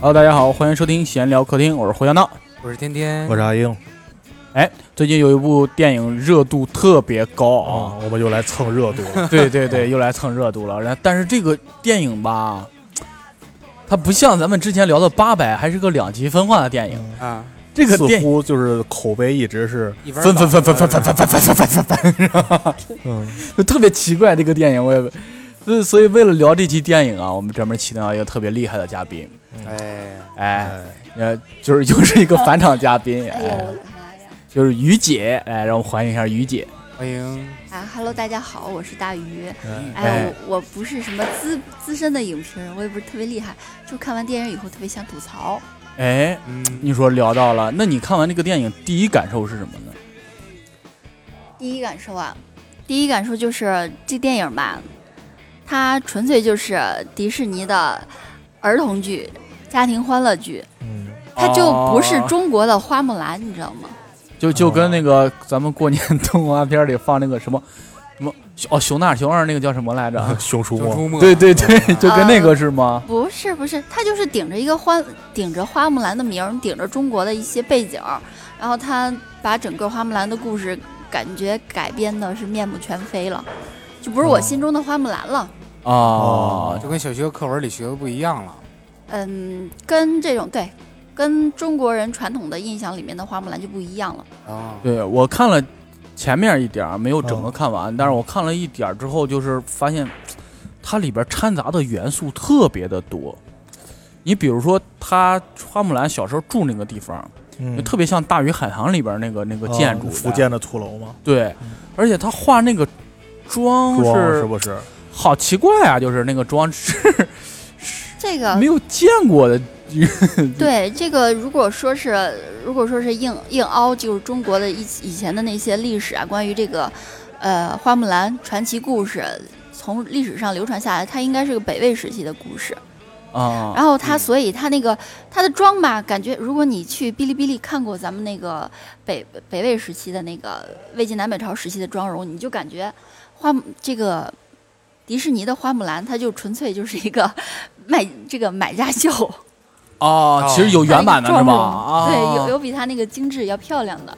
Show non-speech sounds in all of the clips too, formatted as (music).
Hello，大家好，欢迎收听闲聊客厅，我是胡小闹。哎我是天天，我是阿英最近有一部电影热度特别高啊，啊，我们又来蹭热度了对对对，又来蹭热度了。然后，但是这个电影吧，它不像咱们之前聊的《八百》，还是个两极分化的电影。嗯啊， (laughs) 这个似电影乎就是口碑一直是，一分分分分分分分分分分分分分，嗯，就特别奇怪。这个电影我也，呃所以为了聊这期电影啊，我们专门请到一个特别厉害的嘉宾，哎，哎，呃，就是 (laughs) 又是一个返场嘉宾，哎呦哎我，的妈呀！就是于姐，哎，让我们欢迎一下于姐。欢迎啊，Hello，大家好，我是大鱼。哎哎哎，我我不是什么资资深的影评人，我也不是特别厉害，就看完电影以后特别想吐槽。哎，嗯，你说聊到了，那你看完这个电影第一感受是什么呢？第一感受啊，第一感受就是这电影吧，它纯粹就是迪士尼的儿童剧、家庭欢乐剧，嗯，它就不是哦中国的花木兰，你知道吗？就就跟那个咱们过年动画片里放那个什么什么哦熊大熊二那个叫什么来 (laughs) (laughs) 着？熊出熊没，出没，对对对，啊就跟那个是吗？不是不是，他就是顶着一个花，顶着花木兰的名儿，顶着中国的一些背景儿，然后他把整个花木兰的故事感觉改编的是面目全非了，就不是我哦心中的花木兰了。哦就跟小学课文里学的不一样了，嗯，跟这种对，跟中国人传统的印象里面的花木兰就不一样了。啊，对我看了前面一点儿，没有整个看完，但是我看了一点儿之后，就是发现它里边掺杂的元素特别的多。你比如说，他花木兰小时候住那个地方，嗯就特别像《大鱼海棠》里边那个哦那个建筑，啊福建的土楼吗？对嗯，而且他画那个妆装是是不是？好奇怪啊，就是那个妆是这个 (laughs) 没有见过的，对这个，如果说是如果说是硬硬凹，就是中国的以以前的那些历史啊，关于这个呃花木兰传奇故事，从历史上流传下来，它应该是个北魏时期的故事。啊然后它，嗯所以它那个它的妆吧，感觉如果你去哔哩哔哩看过咱们那个北北魏时期的那个魏晋南北朝时期的妆容，你就感觉花木这个迪士尼的花木兰，它就纯粹就是一个卖这个买家秀。哦，其实有原版哎的是吧？啊，对，有有比它那个精致要漂亮的。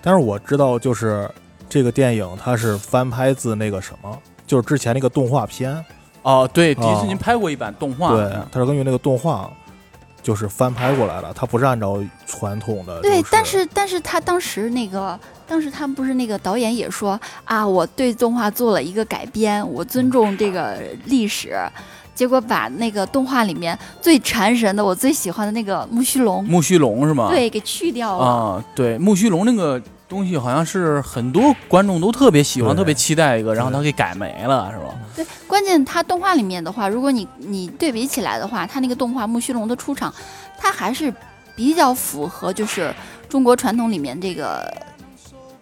但是我知道，就是这个电影它是翻拍自那个什么，就是之前那个动画片，哦，对，迪哦士尼拍过一版动画对的，，它是根据那个动画。就是翻拍过来了，它不是按照传统的。对，就但是但是他当时那个，当时他们不是那个导演也说啊，我对动画做了一个改编，我尊重这个历史。结果把那个动画里面最缠神的，我最喜欢的那个木须龙，木须龙是吗？对，给去掉了。啊，对，木须龙那个东西好像是很多观众都特别喜欢、对特别期待一个，然后他给改没了是吧？对，关键它动画里面的话，如果你你对比起来的话，它那个动画木须龙的出场，它还是比较符合就是中国传统里面这个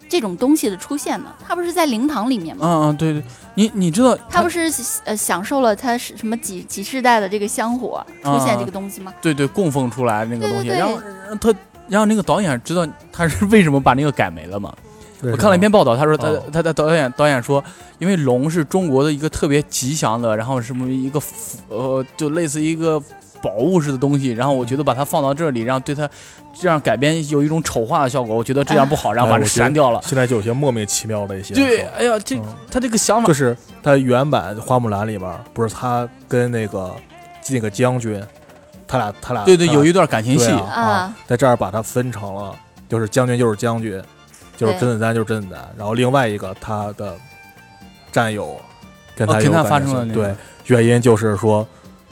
这种东西的出现的。它不是在灵堂里面吗？啊啊，对对，你你知道它不是呃享受了它是什么几几世代的这个香火出现这个东西吗？对对供奉出来那个对东西，对对然后让他让那个导演知道他是为什么把那个改没了吗？是我看了一篇报道，他说他、哦他的导演导演说，因为龙是中国的一个特别吉祥的，然后什么一个符呃，就类似一个宝物似的东西，然后我觉得把它放到这里，然后对它这样改编有一种丑化的效果，我觉得这样不好，然后把哎它我觉得删掉了。现在就有些莫名其妙的一些。对，是吧哎呀，这嗯他这个想法就是他原版《花木兰》里边儿，不是他跟那个那个将军，他俩他俩对对，他俩有一段感情戏嗯对，啊啊在这儿把它分成了，就是将军就是将军，就是对甄子丹就是甄子丹，然后另外一个他的战友跟哦他跟有他感发情生了戏那对个原因就是说。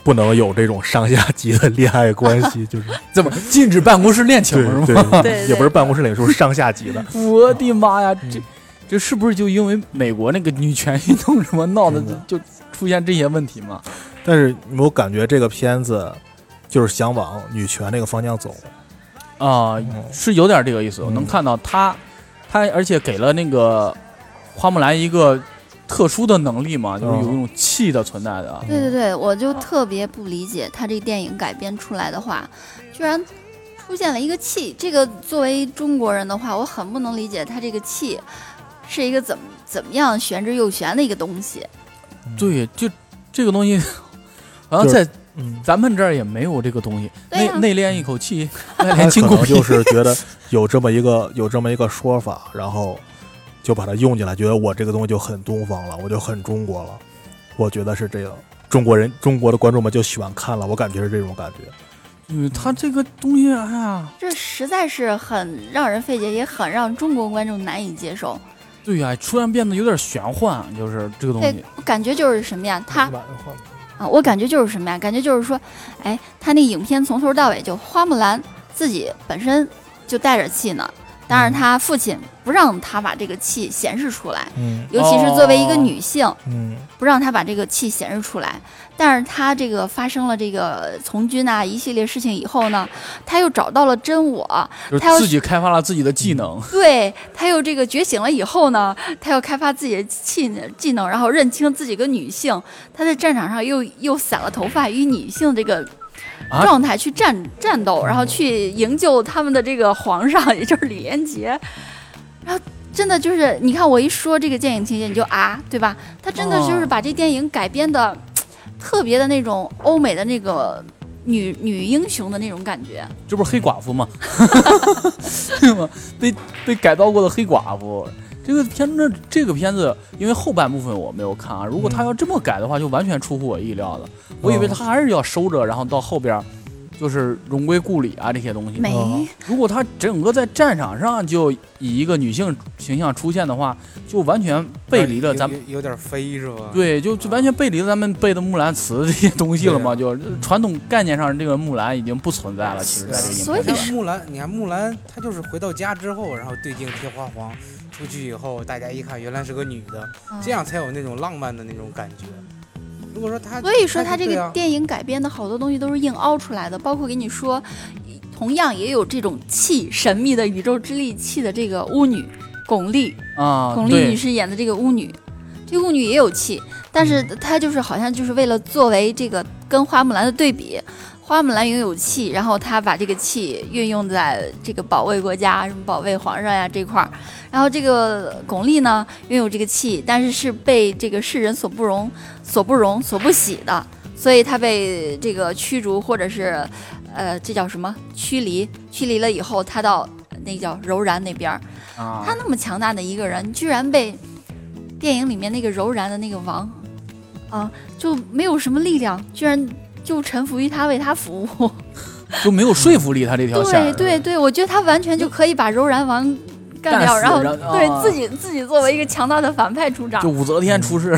不能有这种上下级的恋爱关 (laughs) 系，就是怎么禁止办公室恋情是对吗？对，对也不是办公室里说上下级的，我的妈呀，这嗯这是不是就因为美国那个女权运动什么闹的真的就出现这些问题嘛？但是我感觉这个片子就是想往女权那个方向走，啊、嗯是有点这个意思，我嗯能看到他，他而且给了那个花木兰一个特殊的能力嘛，就是有一种气的存在的。啊对对对，我就特别不理解他这个电影改编出来的话，居然出现了一个气。这个作为中国人的话，我很不能理解他这个气是一个怎么怎么样玄之又玄的一个东西。嗯对，就这个东西，好像就是在嗯，咱们这儿也没有这个东西，对啊内呀内敛一口 (laughs) 气，外他敛筋可骨能皮。就是觉得有这么一个有这么一个说法，然后就把它用进来，觉得我这个东西就很东方了，我就很中国了。我觉得是这样，中国人中国的观众们就喜欢看了，我感觉是这种感觉。嗯，他这个东西，哎呀，这实在是很让人费解，也很让中国观众难以接受。对呀、突然变得有点玄幻，就是这个东对西。，我感觉就是什么呀？他啊，我感觉就是什么呀？感觉就是说，哎，他那个影片从头到尾就花木兰自己本身就带着气呢，当然嗯他父亲不让他把这个气显示出来，嗯尤其是作为一个哦女性，嗯不让他把这个气显示出来。但是他这个发生了这个从军啊一系列事情以后呢，他又找到了真我，就他要是自己开发了自己的技能，对他又这个觉醒了以后呢，他又开发自己的技能技能，然后认清自己个女性，他在战场上又又散了头发，与女性这个啊状态去战、战斗，然后去营救他们的这个皇上，也就是李连杰，然后。真的就是，你看我一说这个电影情节，你就啊，对吧？他真的就是哦把这电影改编的、特别的那种欧美的那个女女英雄的那种感觉。这不是黑寡妇吗？对吗？被被改造过的黑寡妇。这个片子，这个片子，因为后半部分我没有看啊。如果他要这么改的话，就完全出乎我意料了。我以为他还是要收着，然后到后边儿就是荣归故里啊这些东西。没，哦如果他整个在战场上就以一个女性形象出现的话，就完全背离了咱们有有有点飞是吧？，对，就就完全背离了咱们背的木兰辞这些东西了嘛。对就传统概念上，这个木兰已经不存在了。其实，在这个影所以片像里木兰，你看木兰，她就是回到家之后，然后对镜贴花黄，出去以后大家一看，原来是个女的，嗯这样才有那种浪漫的那种感觉。如果说她，所以说，他这对个啊电影改编的好多东西都是硬凹出来的，包括给你说，同样也有这种气神秘的宇宙之力气的这个巫女巩俐，啊，巩俐女对，士演的这个巫女，这个巫女也有气，但是她就是好像就是为了作为这个跟花木兰的对比，花木兰拥有气，然后她把这个气运用在这个保卫国家、什么保卫皇上呀这块儿，然后这个巩俐呢拥有这个气，但是是被这个世人所不容、所不容、所不喜的，所以她被这个驱逐或者是呃这叫什么驱离，驱离了以后，她到那叫柔然那边儿。啊他，那么强大的一个人，居然被电影里面那个柔然的那个王啊，就没有什么力量，居然就臣服于他，为他服务。就没有说服力。他这条线对儿，对对，我觉得他完全就可以把柔然王干干掉，死然后然后对啊自己自己作为一个强大的反派出就场。武则天出 (laughs) 世。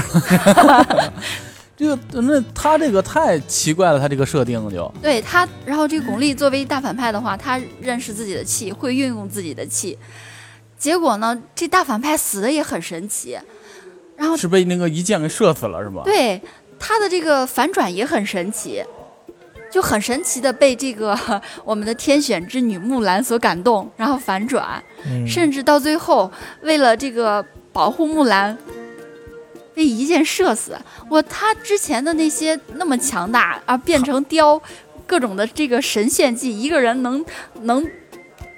这个那他这个太奇怪了，他这个设定就对他，然后这个巩俐作为大反派的话，他认识自己的气，会运用自己的气。结果呢，这大反派死的也很神奇，然后是被那个一箭给射死了，是吧？对他的这个反转也很神奇，就很神奇的被这个 (laughs) 我们的天选之女木兰所感动，然后反转，嗯甚至到最后为了这个保护木兰。被一箭射死，我他之前的那些那么强大啊，变成雕，各种的这个神献技，一个人能能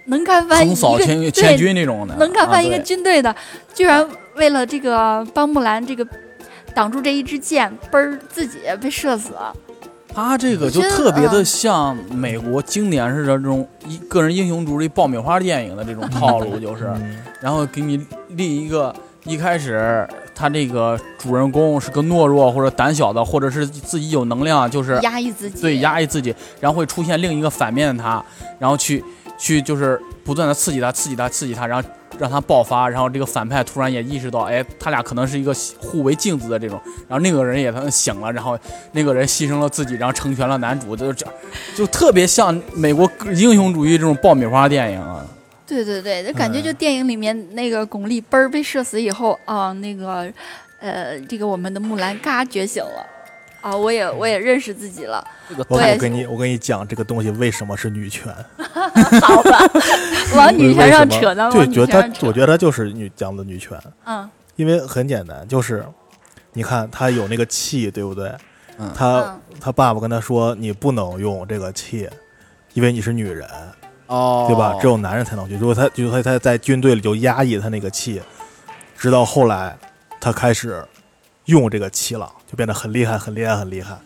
能干翻一横扫个千对千军那种的，能干翻一个啊对军队的，居然为了这个帮木兰这个挡住这一支箭，嘣儿自己被射死了。他这个就真特别的嗯像美国经典式的这种一个人英雄主义爆米花电影的这种套路，就是 (laughs) 嗯然后给你立一个一开始他这个主人公是个懦弱或者胆小的，或者是自己有能量，就是压抑自己，对压抑自己，然后会出现另一个反面的他，然后去去就是不断的刺激他，刺激他，刺激他，然后让他爆发，然后这个反派突然也意识到，哎，他俩可能是一个互为镜子的这种，然后那个人也他醒了，然后那个人牺牲了自己，然后成全了男主，就是这就特别像美国英雄主义这种爆米花电影啊，对对对，就感觉嗯就电影里面那个巩俐嘣儿被射死以后啊，那个呃，这个我们的木兰嘎觉醒了啊，我也我也认识自己了。这个我对我跟你我跟你讲，这个东西为什么是女权？好吧，往女权上嗯为扯呢，对，往女觉权得上它我扯。觉得它就是女讲的女权，嗯，因为很简单，就是你看他有那个气，对不对？嗯他嗯他爸爸跟他说，你不能用这个气，因为你是女人，哦对吧？只有男人才能去。如果他就他他在军队里就压抑他那个气，直到后来他开始用这个气了，就变得很厉害，很厉害，很厉害。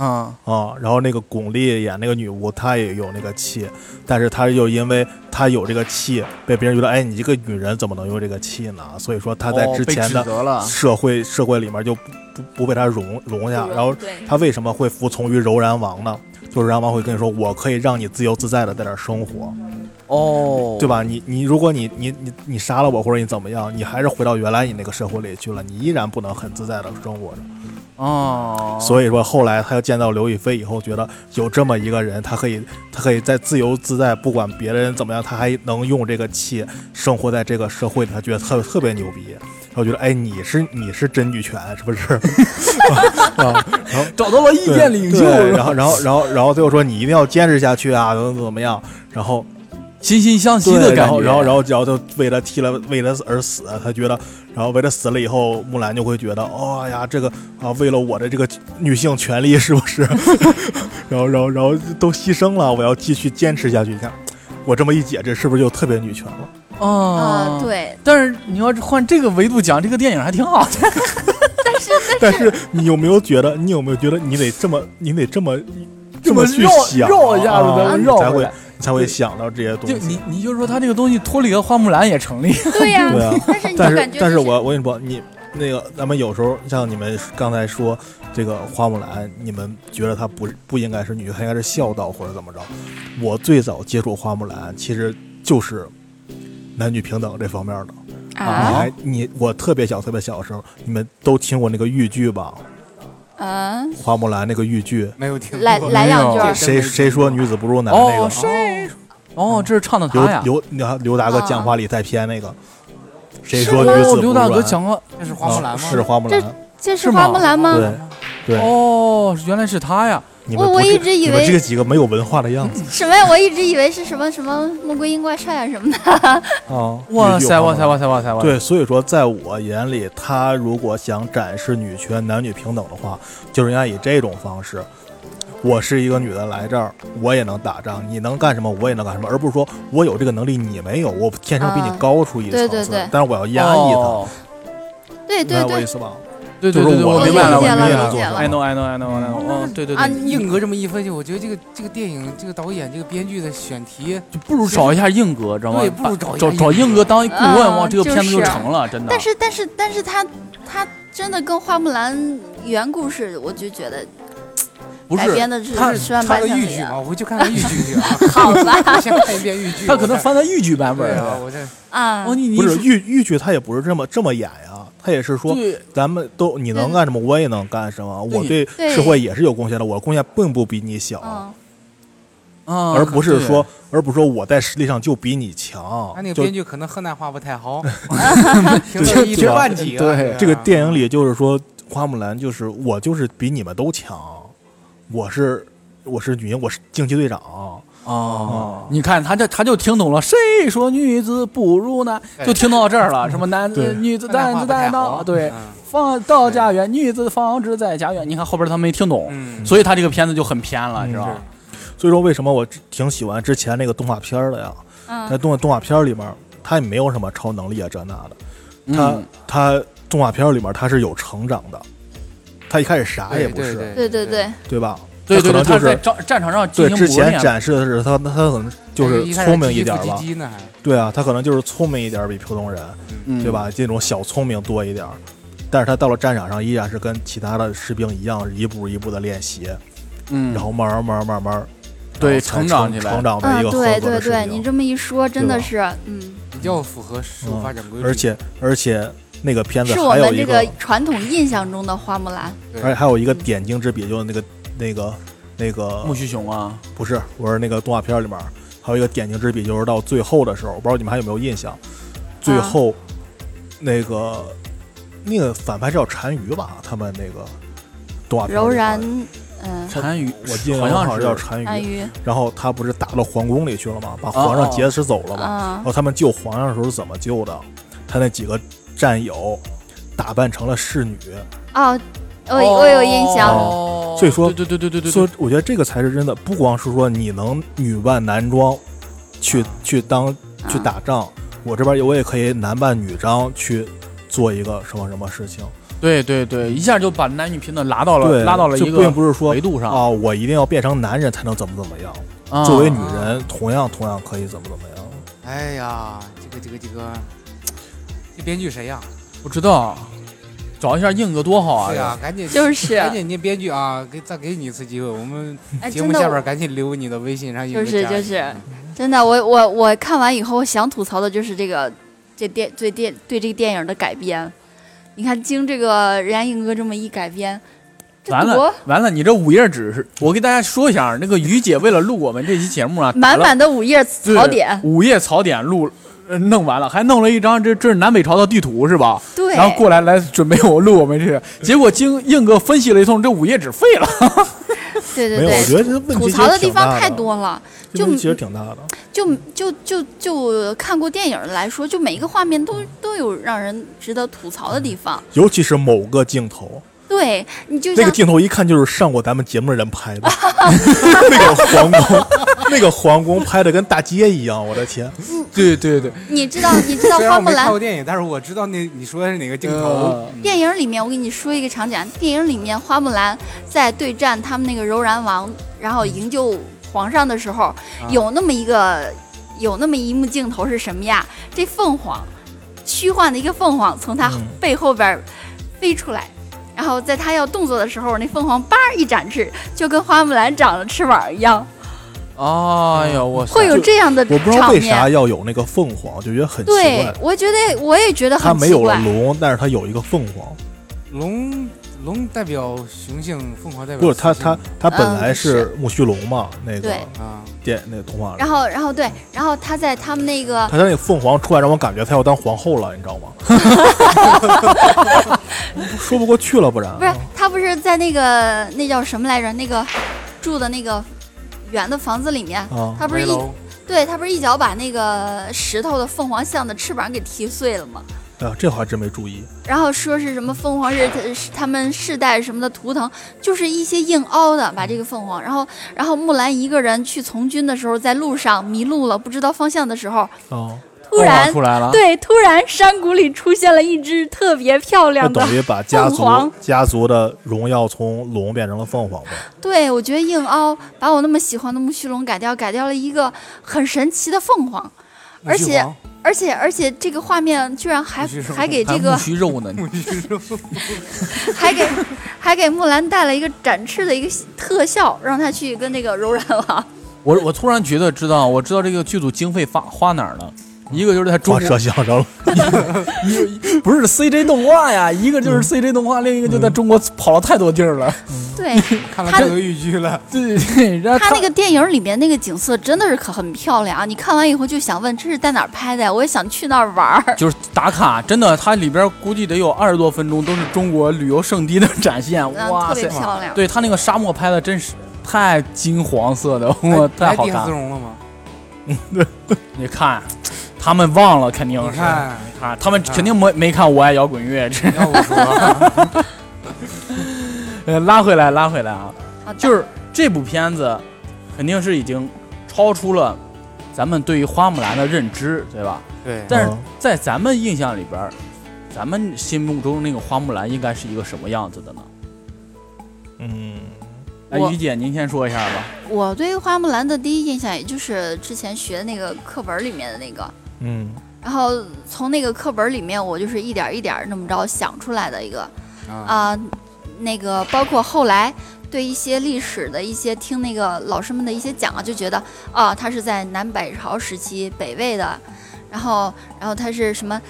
嗯啊、然后那个巩俐演那个女巫，她也有那个气，但是她又因为她有这个气，被别人觉得，哎，你一个女人怎么能有这个气呢？所以说她在哦之被前指的责了，社会、社会里面就不不不被她容容下，然后对，她为什么会服从于柔然王呢？就是柔然王会跟你说，我可以让你自由自在的在这儿生活，哦，对？吧？你你如果你你你你杀了我或者你怎么样，你还是回到原来你那个社会里去了，你依然不能很自在的生活着。哦，所以说后来他又见到刘亦菲以后，觉得有这么一个人，他可以他可以在自由自在，不管别人怎么样，他还能用这个气生活在这个社会里，他觉得特特别牛逼。然后觉得哎，你是你是真女权是不是？啊，然后找到了意见领袖，对是吧然后然后然后然后他又说你一定要坚持下去啊，怎么怎么样，然后惺惺相惜的对，感觉。然后然后然后然后就为了替了为了而死，他觉得，然后为了死了以后，木兰就会觉得，哦哎呀，这个啊，为了我的这个女性权利是不是？ (laughs) 然后然后然后都牺牲了，我要继续坚持下去。你看，我这么一解，这是不是就特别女权了？啊嗯啊，。对，但是你要是换这个维度讲，这个电影还挺好的。但是但是你有没有觉得，你有没有觉得你得这么，你得 (laughs) 这么这么么去绕想，绕一下子咱啊们你绕才回会来你才会想到这些东就西你。你就说他这个东西脱哦离了哦花木兰也成立。对呀对啊，但是你就但是感觉，但就是我我跟你说，你那个咱们有时候像你们刚才说这个花木兰，你们觉得她不是不应该是女，她应该是孝道或者怎么着？我最早接触花木兰，其实就是男女平等这方面的。你啊还你我特别小特别小的时候，你们都听过那个豫剧吧？啊，花木兰那个豫剧，没有听来过来两句没有儿，谁谁说女子不如男那哦，个？谁？哦，这是唱的他呀。刘刘刘大啊哥讲话里带偏那个，谁是说吗女哦子不，如刘大哥男讲过。这是花木兰啊吗？是花木兰，这是是花吗木兰吗？对对。哦，原来是他呀。你们我不我是一直以你们为这个几个没有文化的样子什么呀？我一直以为是什么什么穆桂英怪帅啊什么的。啊！哇塞，哇塞，！哇塞，哇塞，哇塞！对，所以说，在我眼里，他如果想展示女权、男女平等的话，就是应该以这种方式。我是一个女的来这儿，我也能打仗，你能干什么，我也能干什么，而不是说我有这个能力，你没有，我天生比你啊高出一层次，对对对但是我要压抑他，哦对明对白我对意，思吧？对就对是对对，我明白了我明白理解了了。解，I know I know I know I know。哦，对对啊，对，你硬哥这么一分析，我觉得这个这个电影、这个导演、这个编剧的选题，就不如找一下硬哥，知道吗对，？不把如找一找个找硬哥当一顾问，嗯哇，这个片子就就是成了，真的但。是但是但是他他真的跟花木兰原故事，我就觉得不改是编的是他十万看八个千豫里剧嘛，的我回去看看豫剧去啊。 (laughs) (laughs) 好吧我先看一遍豫剧。他可能我看翻到豫剧版本对儿啊，了。我这啊哦，。你你不是说豫豫剧，他也不是这么这么演呀，他也是说对咱们都你能干什么，我也能干什么，我对嗯对社会也是有贡献的，我的贡献并不比你小。嗯，啊，而不是对说，而不是说我在实力上就比你强他那。个就编剧可能河南话不太 (laughs) 好，听到一知半解。啊对这个电影里就是说，花木兰就是我就是比你们都强，我是我是女，我是惊奇队长。哦哦，你看他这他就听懂了，谁说女子不如男？对就听到这儿了，什么男哎嗯对女子河南男话子不太在好闹，。对，嗯放到家园，女子放置在家园。你看后边他没听懂，嗯，所以他这个片子就很偏了，嗯知道吧？所以说，为什么我挺喜欢之前那个动画片儿的呀？嗯那动画动画片儿里面，他也没有什么超能力啊这那的，他嗯他动画片儿里面他是有成长的，他一开始啥也不是，对对对，对吧？对对对，可能他就是在是。战战场上进对，行之磨前练。展示的是他，他可能哎就是聪明一点儿吧唧，唧呢还对啊，他可能就是聪明一点，比普通人，嗯对？吧？这种小聪明多一点儿，但是他到了战场上依然是跟其他的士兵一样，一步一步的练习，嗯，然后慢慢慢慢慢慢儿，对然后才成成长起来成长为嗯一个合对格对的士对，你兵。这么一说，真的对吧是，嗯，比较符合事物发展规律，嗯而且而且那个片子是我还有们一这个个，传统印象中的花木兰。而且还有一个点睛之笔，就是那个那个那个木须熊啊，不是，我是那个动画片里面还有一个点睛之笔，就是到最后的时候，我不知道你们还有没有印象，啊最后、那个那个反派叫单于吧，他们那个动画片里柔面然，嗯，单于，我记得好像是是哦叫单于，安于，然后他不是打到皇宫里去了吗？把皇上劫持走了吗？啊然后他们救皇上的时候是怎么救的？他那几个战友打扮成了侍女，哦，我我有印象，哦所以说对对对对对所对以，我觉得这个才是真的，不光是说你能女扮男装去去当去打仗，我这边我也可以男扮女装去做一个什么什么事情。对对对，一下就把男女平等拉到了对，拉到了就一并个不是说维度上。啊，我一定要变成男人才能怎么怎么样。啊作为女人，同样同样可以怎么怎么样。哎呀，这个这个这个，这编剧谁呀、不知道，找一下硬哥多好啊！对呀、赶紧就是赶紧，你编剧啊，给再给你一次机会，我们哎，节真目下边的，赶紧留你的微信，然后就有个是加就是真的，我我我看完以后，我想吐槽的就是这个这电对电对这个电影的改编。你看，经这个人家硬哥这么一改编，这完多了完了，你这五页纸是，我给大家说一下，那个于姐为了录我们这期节目啊，打满了满的五页对槽点，五页槽点录。呃弄完了，还弄了一张这这是南北朝的地图是吧？对，然后过来来准备我录我们这个，结果经硬哥分析了一通，这五页纸废了。对对没有，我觉对，得这问题吐其实槽的挺地方大太的，多了。这问题就嗯其实挺大的。就就就就看过电影来说，就每一个画面都都有让人值得吐槽的地方。尤其是某个镜头，对你就那像个镜头一看就是上过咱们节目的人拍的， (laughs) 那个皇宫，那个皇宫拍的跟大街一样，我的天！对对对，你知道 (laughs) 你知道虽然花我木没看兰过电影，但是我知道那你说的是哪个镜头呃。嗯电影里面，我跟你说一个场景啊，电影里面花木兰在对战他们那个柔然王，然后营救皇上的时啊候，有那么一个有那么一幕镜头是什么呀？这凤凰，虚幻的一个凤凰从他嗯背后边儿飞出来。然后在他要动作的时候，那凤凰叭儿一展翅，就跟花木兰长了翅膀一样，哎呀，我会有这样的啊我不知道场为啥面。要有那个凤凰，就觉得很奇对怪，。我觉得我也觉得它很没奇有了怪。龙，但是它有一个凤凰，龙龙代表雄性，凤凰代表不是它雌性它它本嗯来是木须龙嘛，那个对啊，电那个童话里然，后，然后对，然后他在他们那个它那个凤凰出来让我感觉它要当皇后了，你知道吗？说不过去了，不然不是他不是在那个那叫什么来着？那个住的那个圆的房子里面，啊，他不是危一楼对他不是一脚把那个石头的凤凰象的翅膀给踢碎了吗？哎呀，这我还真没注意。然后说是什么凤凰是他是他们世代什么的图腾，就是一些硬凹的把这个凤凰。然后然后木兰一个人去从军的时候，在路上迷路了，不知道方向的时候，哦，突然出来了。对突然山谷里出现了一只特别漂那亮的等于把家凤凰族 (laughs) 家族的荣耀从龙变成了凤 (laughs) 凰呗。对，我觉得硬凹把我那么喜欢的木须龙改掉，改掉了一个很神奇的凤凰，而木须且黄而且而且这个画面居然还木须龙还给还这木个须肉呢， (laughs) 还给还给木兰带了一个展翅的一个特效，让他去跟那个柔然王。 (laughs) 我我突然觉得知道，我知道这个剧组经费花花哪儿了，一个就是在中画国摄像上了，不是 CJ 动画呀，一个就是嗯 CJ 动画，另一个就在中国跑了太多地儿了。对 (laughs) 看了他这个豫剧了， (laughs) 对，人家他那个电影里面那个景色真的是可很漂亮啊！你看完以后就想问这是在哪儿拍的呀？我也想去那儿玩儿。就是打卡，真的，它里边估计得有二十多分钟，都是中国旅游胜地的展现。嗯，哇特别塞，漂亮。对他那个沙漠拍的真是太金黄色的，哇，来太好来迪亚看了。斯荣了吗？你看，他们忘了，肯定你是。看，嗯啊，他们肯定没没看《我爱摇滚乐》这要 (laughs) 我说，呃 (laughs) 拉回来拉回来啊，好的就是这部片子肯定是已经超出了咱们对于花木兰的认知，对吧？对，但是嗯在咱们印象里边儿，咱们心目中那个花木兰应该是一个什么样子的呢？嗯，哎，我于姐，您先说一下吧。我对花木兰的第一印象，也就是之前学的那个课本里面的那个，嗯，然后从那个课本里面，我就是一点儿一点儿那么着想出来的一个啊，啊、那个包括后来对一些历史的一些听那个老师们的一些讲啊，就觉得啊，他是在南北朝时期北魏的，然后然后他是什么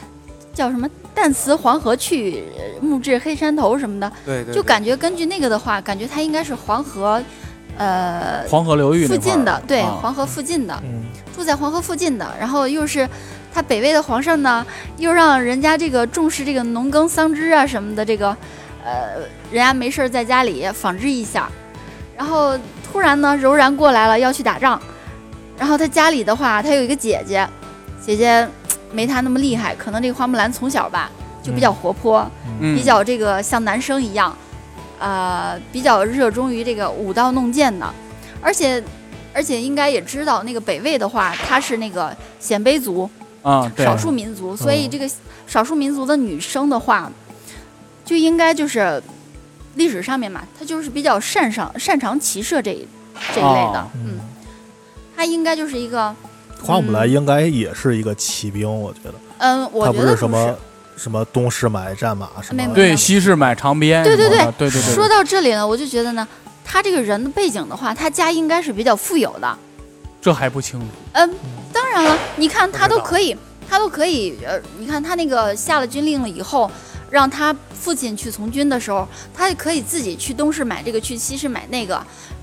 叫什么旦辞黄河去，暮至黑山头什么的，对对，就对。感觉根据那个的话，感觉他应该是黄河，呃。黄河流域那附块儿近的，对，啊黄河附近的，嗯，住在黄河附近的，然后又是他北魏的皇上呢，又让人家这个重视这个农耕桑枝啊什么的，这个呃，人家没事儿在家里纺织一下，然后突然呢，柔然过来了要去打仗，然后他家里的话，他有一个姐姐，姐姐没他那么厉害，可能这个花木兰从小吧就比较活泼，嗯比较这个像男生一样，呃，比较热衷于这个舞刀弄剑的，而且而且应该也知道，那个北魏的话，他是那个鲜卑族，啊，对少数民族，所以这个少数民族的女生的话，就应该就是历史上面嘛，他就是比较擅长擅长骑射这一这一类的哦，嗯，他应该就是一个，花木兰应该也是一个骑兵，我觉得嗯，我他觉不得是不什是么。什么东市买战马什没么有对，西市买长鞭什对么对的，对对对对说到这里呢，我就觉得呢，他这个人的背景的话，他家应该是比较富有的。这还不清楚。嗯当然了，你看他都不知道可以，他都可以，呃，你看他那个下了军令了以后，让他父亲去从军的时候，他也可以自己去东市买这个，去西市买那个，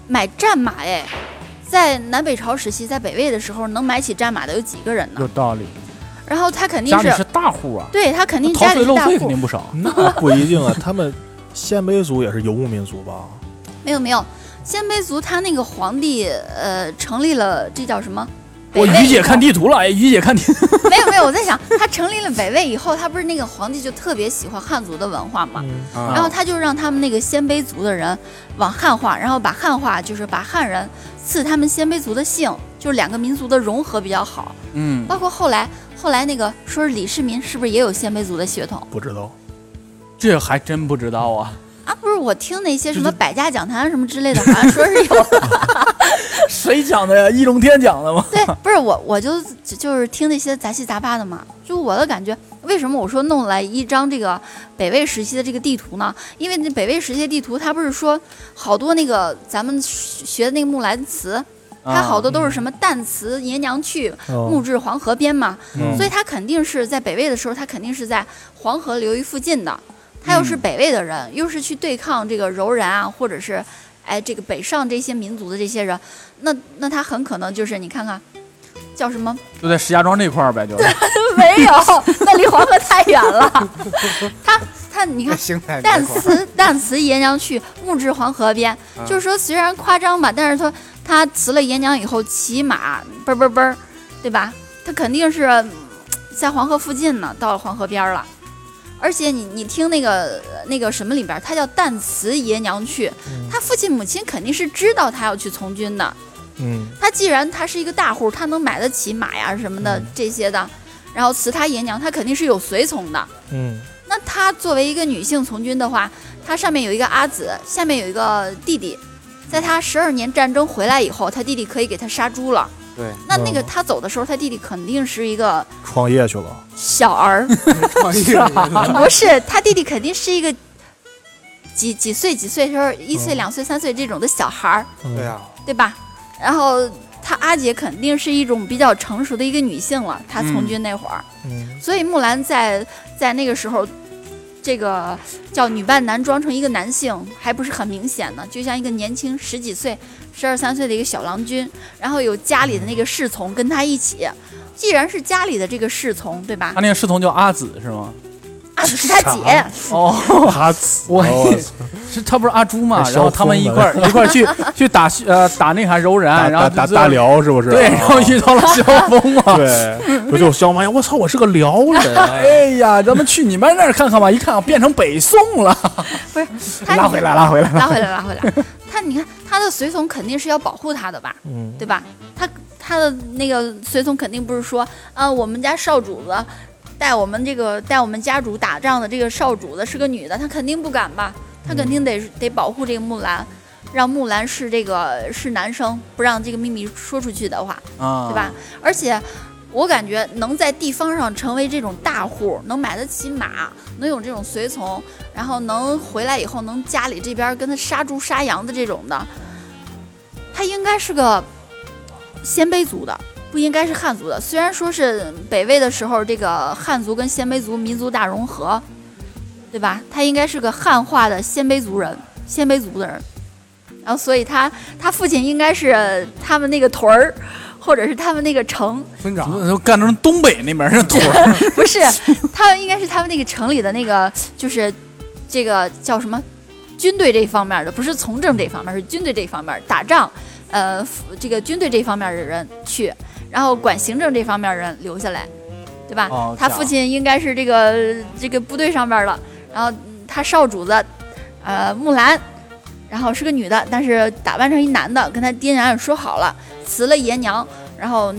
买战马哎。在南北朝时期，在北魏的时候，能买起战马的有几个人呢有？道理，然后他肯定家里是，是大户啊，对他肯定逃家税里是漏大税肯户，定不少。那不一定啊，他们鲜卑族也是游牧民族吧？没有没有。鲜卑族他那个皇帝，呃，成立了这叫什么？北我魏于以姐后看地图了，哎，于姐看地图。 (laughs) 没有没有，我在想，他成立了北魏以后，他不是那个皇帝就特别喜欢汉族的文化嘛，嗯，啊然后他就让他们那个鲜卑族的人往汉化，然后把汉化就是把汉人赐他们鲜卑族的姓，就是两个民族的融合比较好。嗯，包括后来后来那个说是李世民是不是也有鲜卑族的血统不知道。 (laughs) 这还真不知道啊。啊？不是，我听那些什就么是百家讲坛什么之类的，好像说是有。谁讲的呀？易中天讲的吗？对，不是我，我就就就是听那些杂七杂八的嘛。就我的感觉，为什么我说弄来一张这个北魏时期的这个地图呢？因为那北魏时期的地图，它不是说好多那个咱们学学的那个木兰辞，啊它好多都是什么旦辞、爷娘去、木哦，至黄河边嘛，嗯所以它肯定是在北魏的时候，它肯定是在黄河流域附近的。他又是嗯北魏的人，又是去对抗这个柔然啊，或者是哎这个北上这些民族的这些人，那那他很可能就是你看看叫什么就在石家庄这块儿呗，就 (laughs) 没有，那离黄河太远了。他他哎你 (laughs) (laughs) 看邢台旦那块儿辞旦辞爷娘去，暮至黄河边。啊就是说，虽然夸张吧，但是他他辞了爷娘以后，骑马嘣嘣嘣儿，对吧？他肯定是嗯在黄河附近呢，到了黄河边儿了。而且你你听那个那个什么里边儿，他叫旦辞爷娘去，他父亲母亲肯定是知道他要去从军的。嗯，他既然他是一个大户，他能买得起马呀什么的嗯这些的，然后辞他爷娘，他肯定是有随从的。嗯，那她作为一个女性从军的话，她上面有一个阿紫，下面有一个弟弟，在她十二年战争回来以后，她弟弟可以给她杀猪了。啊对，那那个哦她走的时候，她弟弟肯定是一个创业去了。小儿，(laughs) 创业人不是，她弟弟肯定是一个几几岁几岁时候，一岁、两岁、三岁这种的小孩儿，嗯对，啊，对吧？然后她阿姐肯定是一种比较成熟的一个女性了，她从嗯军那会儿，嗯，所以木兰在在那个时候，这个叫女扮男装成一个男性，还不是很明显呢，就像一个年轻十几岁、十二三岁的一个小郎君，然后有家里的那个侍从跟他一起。既然是家里的这个侍从，对吧他？那个侍从叫阿紫是吗？啊， (laughs) 是他姐，哦，他死我了 (laughs) (laughs) 是他不是阿朱嘛？还然后烧他们疯一了块儿一块儿去去打呃打那啥柔打啊然，然后打就打最大后辽是不是？对，然后遇到了萧峰嘛。对，我就肖妈呀！我操，我是个辽人。啊 (laughs) 哎呀，咱们去你们那儿看看 (laughs) 吧，一看啊变成北宋了，他啊拉回来，拉回来。拉回来，拉回来。 (laughs) 他你看，他的随从肯定是要保护他的吧？嗯，对吧？他他的那个随从肯定不是说，啊，我们家少主子带我们这个带我们家主打仗的这个少主子是个女的，他肯定不敢吧？他肯定得、得保护这个木兰，让木兰是这个是男生，不让这个秘密说出去的话，啊，对吧？？而且。我感觉能在地方上成为这种大户，能买得起马，能有这种随从，然后能回来以后能家里这边跟他杀猪杀羊的这种的，他应该是个鲜卑族的，不应该是汉族的。虽然说是北魏的时候，这个汉族跟鲜卑族民族大融合，对吧？他应该是个汉化的鲜卑族人，鲜卑族的人。然后，所以他他父亲应该是他们那个屯儿，或者是他们那个城， (laughs) 村长都干成东北那边儿的土儿不是，他们应该是他们那个城里的那个，就是这个叫什么军队这一方面的，不是从政这方面，是军队这一方面打仗，呃，服这个军队这方面的人去，然后管行政这方面的人留下来，对吧？哦他这样父亲应该是这个这个部队上边了，然后嗯他少主子，呃，木兰。然后是个女的，但是打扮成一男的，跟他爹娘也说好了，辞了爷娘，然后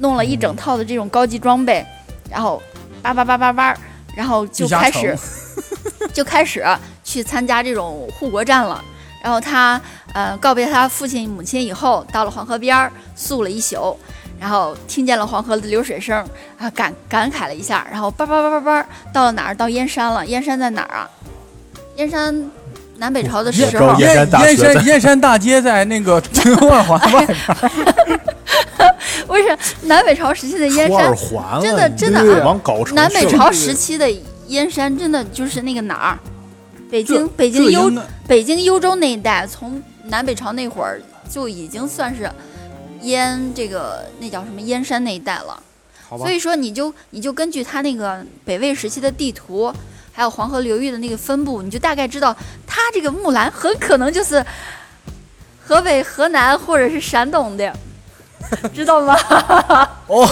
弄了一整套的这种高级装备，然后叭叭叭叭叭，然后就一家 (laughs) 开始， (laughs) 就开始去参加这种护国战了。然后他呃告别他父亲母亲以后，到了黄河边儿宿了一宿，然后听见了黄河的流水声，啊感感慨了一下，然后叭叭叭叭叭到了哪儿？到燕山了。燕山在哪儿啊？燕山南北朝的燕时候 (laughs) 燕，山大学燕在山燕山大街在那个 (laughs) 中二环 (laughs) 外边，不是南北朝时期的燕出山二，环了，真的你真的这啊往搞成南北事朝时期的燕山真的就是那个哪儿？北京北京这幽应该北京幽州那一带，从南北朝那会儿就已经算是燕这个那叫什么燕山那一带了。好吧所，以说，你就你就根据它那个北魏时期的地图，还有黄河流域的那个分布，你就大概知道它这个木兰很可能就是 (laughs) 河北、河南或者是山 (laughs) 东的，知道吗？哦，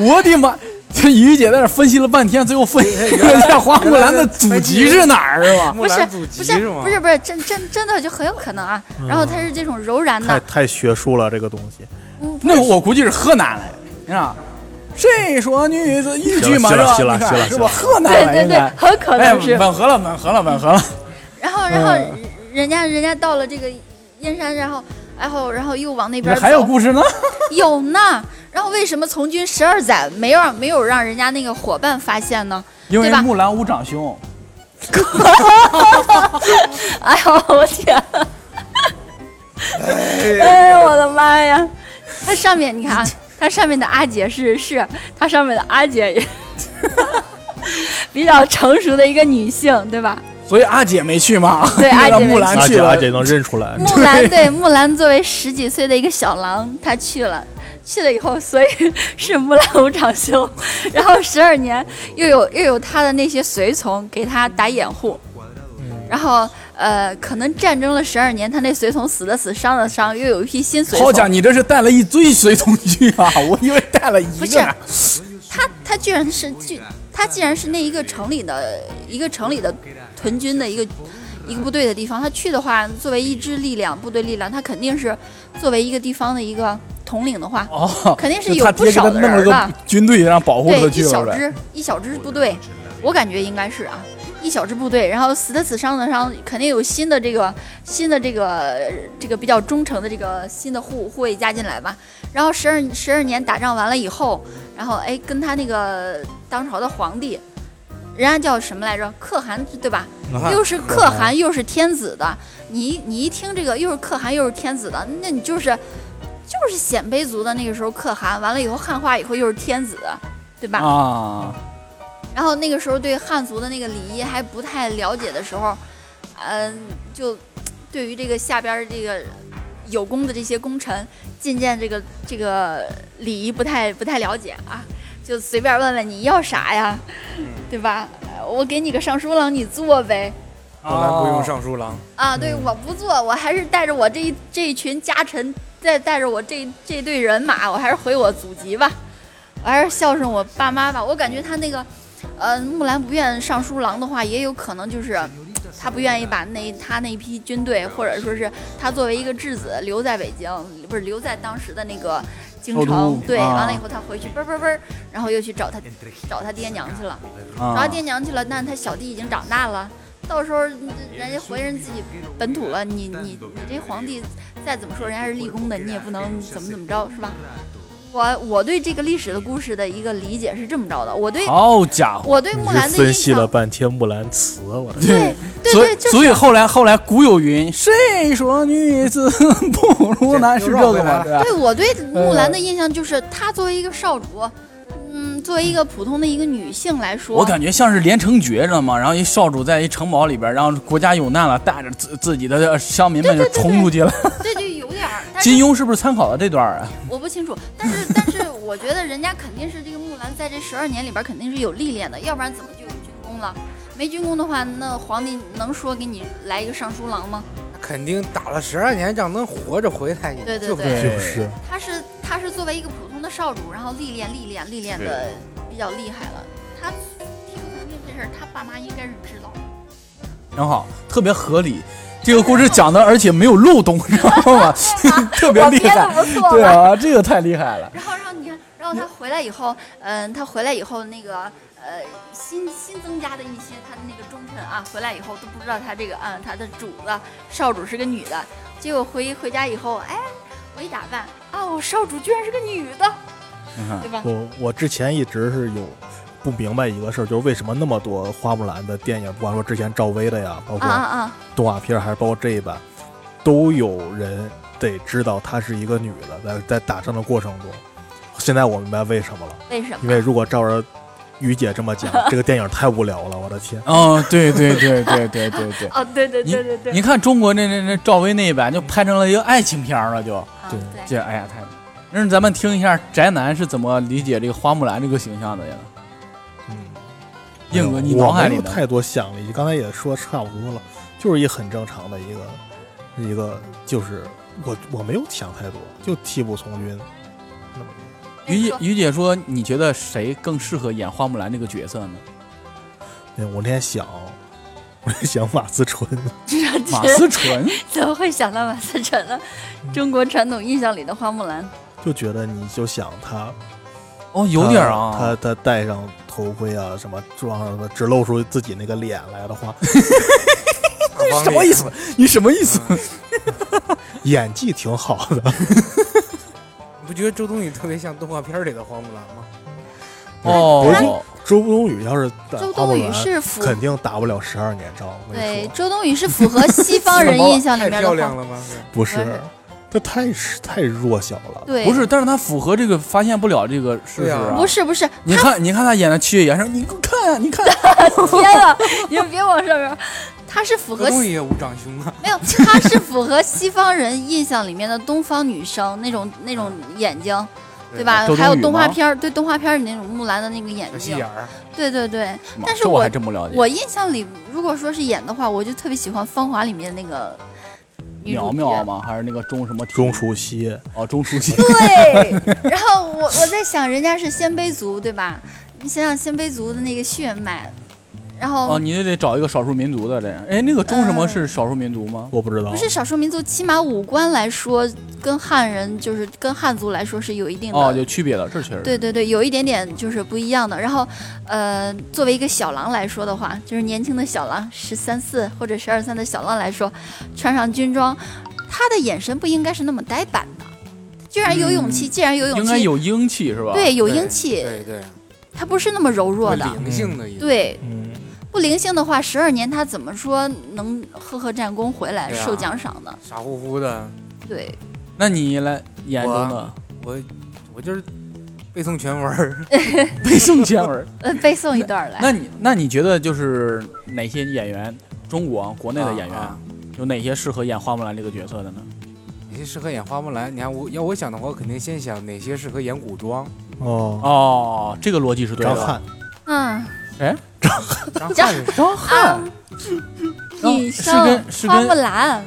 我的妈！这于姐在那儿分析了半天，最后分析了一下花木兰的祖籍是哪儿，是吧？木不是兰祖籍不是吗？嗯不是不是真真真的就很有可能啊。然后它是这种柔然太的，太学术了，这个东西。嗯，那个我估计是河南来的，你看，啊谁说女子一句嘛行是了吧？行了你行了看是行吧？了河南对来的 (laughs) 对应对该，，很可哎，能是。吻合了，吻合了，吻合了。然后然后嗯人家人家到了这个燕山，然后然后然后又往那边还有走故事呢？有呢。然后为什么从军十二载没有没有让人家那个伙伴发现呢？ (laughs) 因为对吧木兰无长兄，哎呦我天！哎哎呦我的妈呀！它上面你看啊，它上面的阿姐是是，它上面的阿姐也 (laughs) 比较成熟的一个女性，对吧？所以阿姐没去嘛？ (laughs) 对阿姐让没木去兰阿去姐阿了。姐能认出来，木兰对木兰作为十几岁的一个小郎，她去了。去了以后，所以 (laughs) 是木兰无长兄，然后十二年又有又有他的那些随从给他打掩护，嗯然后呃，可能战争了十二年，他那随从死的死，伤的伤，又有一批新随从。好家伙，你这是带了一堆随从去啊！我以为带了一不个是呢。他他居然是居，他既然是那一个城里的一个城里的屯军的一个一个部队的地方，他去的话，作为一支力量部队力量，他肯定是作为一个地方的一个统领的话，哦，肯定是就有他不爹给少他的弄了人吧个？军队，让保护对他，一去小了。支一小支部队，我感觉应该是啊，一小支部队，然后死的死，伤的伤，肯定有新的这个新的这个这个比较忠诚的这个新的护护卫加进来吧。然后十二十二年打仗完了以后，然后哎跟他那个当朝的皇帝，人家叫什么来着？可汗对吧？啊又是可汗又是天子的，你你一听这个又是可汗又是天子的，那你就是就是鲜卑族的那个时候可汗，完了以后汉化以后又是天子，对吧？啊，然后那个时候对汉族的那个礼仪还不太了解的时候，嗯、就对于这个下边儿这个有功的这些功臣，进谏这个这个礼仪不太不太了解啊，就随便问问你要啥呀，对吧？呃我给你个尚书郎，你做呗。木兰不用尚书郎，啊，对，嗯我不做，我还是带着我这一这一群家臣，再带着我这这队人马，我还是回我祖籍吧，我还是孝顺我爸妈吧。我感觉他那个，呃，木兰不愿上书郎的话，也有可能就是他不愿意把那他那批军队，或者说是他作为一个质子留在北京，不是留在当时的那个京首城都，对，啊完了以后他回去嘣嘣嘣，然后又去找他找他爹娘去了。啊然后爹娘去了，但他小弟已经长大了，到时候人家回人自己本土了，你你你这皇帝再怎么说人家是立功的，你也不能怎么怎么着，是吧？我我对这个历史的故事的一个理解是这么着的，我对好家伙！我对你木是兰的印分析了象，半天《木兰辞》，我的对对所以对，就是所以后来后来古有云：“谁说女子不如男？”是又这绕回个来吗？了啊对吧？对我对木兰的印象就是她作为一个少主，嗯，作为一个普通的一个女性来说，我感觉像是连城诀，知道吗？然后一少主在一城堡里边，然后国家有难了，带着自自己的乡民们就对对对冲出去了。这就有点儿，但是金庸是不是参考了这段啊？我不清楚，但是但是我觉得人家肯定是这个木兰在这十二年里边肯定是有历练的，要不然怎么就有军功了？没军功的话，那皇帝能说给你来一个尚书郎吗？肯定打了十二年仗能活着回来，对对就对就，是他是他是作为一个普通的少主，然后历练历练历练的比较厉害了。他听从军这事儿，他爸妈应该是知道的。很好，特别合理。这个故事讲的，而且没有 (laughs) 漏洞，知道吗？特别我厉编的害，不错对吧？啊，这个太厉害了。然后然后你看，然后他回来以后，嗯，他回来以后那个呃新新增加的一些他的那个忠臣啊，回来以后都不知道他这个啊他的主子少主是个女的，结果回回家以后，哎，我一打扮啊，我少主居然是个女的，嗯对吧？我我之前一直是有不明白一个事儿，就是为什么那么多花木兰的电影，不管说之前赵薇的呀，包啊啊括啊！动画片儿，还是包括这一版，都有人得知道她是一个女的，在在打仗的过程中。现在我明白为什么了，为什么？。因为如果照着于姐这么讲，这个电影太无聊了，我的天！哦，对对对对对对对哦，对对对对对，你看中国那那那赵薇那一版就拍成了一个爱情片儿了，就啊对对，这哎呀太。那咱们听一下宅男是怎么理解这个花木兰这个形象的呀？嗯，硬哥，你我脑海没里有的太多想了，刚才也说差不多了，就是一很正常的一个一个，就是我我没有想太多，就替补从军那么一个。于姐哎说于姐说，你觉得谁更适合演花木兰这个角 (laughs) 色呢？哎我那天想，我在想马思纯，马思 (laughs) 纯，怎么会想到马思纯呢？中国传统印象里的花木兰，就觉得你就想他哦，有点儿啊，他他他戴上头盔啊，什么装上什么，只露出自己那个脸来的话，什么意思？ (laughs) 你什么意思？嗯嗯演技挺好的。你不觉得周冬雨特别像动画片里的花木兰吗？哦，周冬雨要是打周花木冬雨兰，是符肯定打不了十二年仗。我跟你对说，周冬雨是符合西方人印象里太面漂的亮花，了吗？是不我是也，他太是太弱小了。对，不是，但是他符合这个发现不了这个事实对啊不是不是，你看，你看他演的七月崖上，你给我看啊，你看，天呐，你们别往上面，她是符合周冬西雨也无长兄啊，没有，她是符合西方人印象里面的东方女生那种那种眼睛， (laughs) 对吧？周冬雨还有动画吗片儿，对动画片儿里那种木兰的那个眼小细睛眼，儿，对对对。妈但是这我我还真不了解。我印象里，如果说是演的话，我就特别喜欢《芳华》里面那个女苗主角苗吗？还是那个钟什么体钟楚曦，哦，钟书记。对，然后我我在想，人家是鲜卑族，对吧？你想想鲜卑族的那个血脉，然后哦，你就得找一个少数民族的这样。哎，那个钟什么嗯是少数民族吗？我不知道不。是少数民族，起码五官来说，跟汉人就是跟汉族来说是有一定的。哦，有区别的，这确实。对对对，有一点点就是不一样的。然后，呃，作为一个小狼来说的话，就是年轻的小狼，十三四或者十二三的小狼来说，穿上军装，他的眼神不应该是那么呆板的，居然有勇气，嗯竟然有勇气，应该有英气是吧？对，有对英气，对对，他不是那么柔弱的。灵性的一个，对，嗯，不灵性的话，十二年他怎么说能赫赫战功回来对啊受奖赏呢？傻乎乎的。对，那你来眼中 (laughs) 我的啊我我就是背诵全文儿，背诵前 (laughs) 文。呃，背诵一段儿来。那你那你觉得就是哪些演员，中国啊国内的演员、啊有哪些适合演花木兰这个角色的呢？哪些适合演花木兰？你看我要我想的话，我肯定先想哪些适合演古 (laughs) 装。哦，哦，这个逻辑是对张的。翰，嗯，张翰是张啊，张女是生跟是花跟木兰，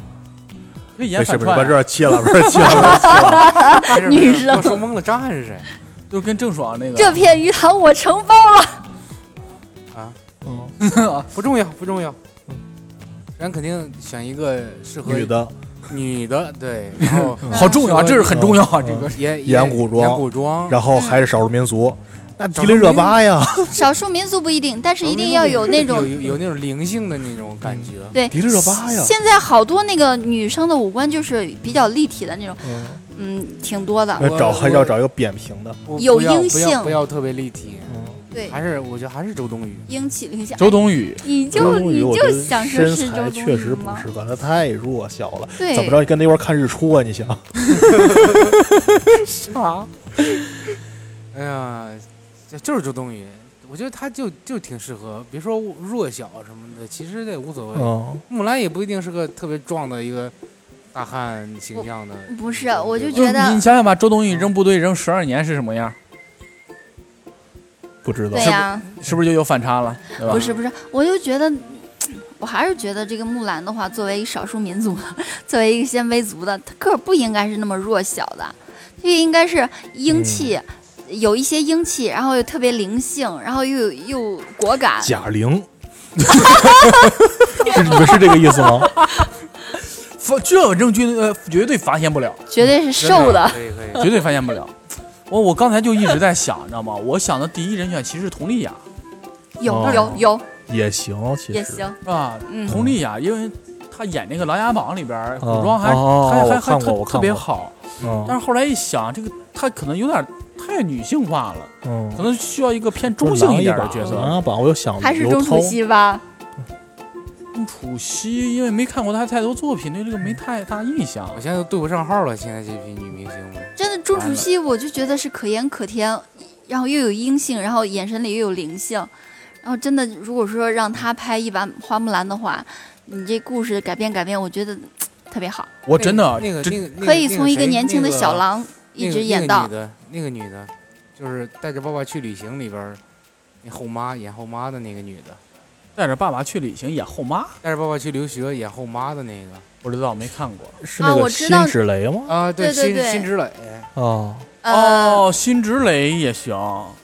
可以不演哎是反不是，把串这啊，儿切了，把这儿切 (laughs) 了。啊不是女生我说懵了，张翰是谁就跟郑爽那个。 (laughs) 这片鱼塘我承包了。啊？嗯不重要，不重要。咱肯定选一个适合女的，女的，对，然 (laughs) 后好重要啊，这是很重要啊，嗯这个演演古装演古装，然后还是少数民族，嗯那迪丽热巴呀，少数民族不一定，但是有一那定要有那种有有那种灵性的那种感觉。对。迪丽热巴呀，现在好多那个女生的五官就是比较立体的那种，嗯。嗯，挺多的。那找还要找一个扁平的，不有不要阴不要性不要特别立体，嗯对，还是我觉得还是周冬雨。英气凌下。周冬雨你周就冬雨你我觉就得想说身是周材冬确雨实不吗？适合，她太弱小了。对，怎么着？跟那块儿看日出啊？你想？啊！哎呀，这就是周冬雨，我觉得她就就挺适合，别说弱小什么的，其实这也无所谓。嗯，木兰也不一定是个特别壮的一个大汉形象的。不是我就对吧就觉是得你想想吧，周冬雨扔部队扔十二年是什么样？不知道对。呀、是不是就有反差了？对吧不？是不是，我就觉得，我还是觉得这个木兰的话，作为少数民族 (laughs) 的，作为一个鲜卑族的，她个儿不应该是那么弱小的，就应该是英气，有一些英气，然后又特别灵性，然后又有又有果敢。贾 (laughs) 玲，是你们是这个意思吗？发这种证据呃绝对发现不了，绝对是瘦的，可以可以。绝对发现不了。 (laughs) 我我刚才就一直在想，你知道吗？我想的第一人选其实是佟丽娅，有、哦有有也行，其实也行，是吧？嗯，佟丽娅，因为她演那个《琅琊榜》里边儿古哦装还哦还我还还看过特我特看别过好，嗯但是后来一想，这个她可能有点太女性化了，可嗯，能需要一个偏中性一点的角色。琅琊榜啊我又想还是刘钟涛楚，曦吧？钟嗯楚曦，因为没看过她太多作品，对这个没太大印象我。现在都对不上号了，现在这批女明星们。真的，钟完楚了曦我就觉得是可盐可甜，然后又有阴性，然后眼神里又有灵性，然后真的，如果说让她拍一版花木兰的话，你这故事改编改编，我觉得嘖特别好，我哦真的啊那个真那个那个可以从一个谁年轻的小郎那一个直演那到个那个女的，那个女的，就是带着爸爸去旅行里边儿，那后妈演后妈的那个女的，带着爸爸去旅行演后妈，带着爸爸去留学演后妈的那个不知道没看过。是啊那我个知辛道芷蕾吗？啊，对对辛对辛芷蕾，啊呃哦，辛芷蕾也行，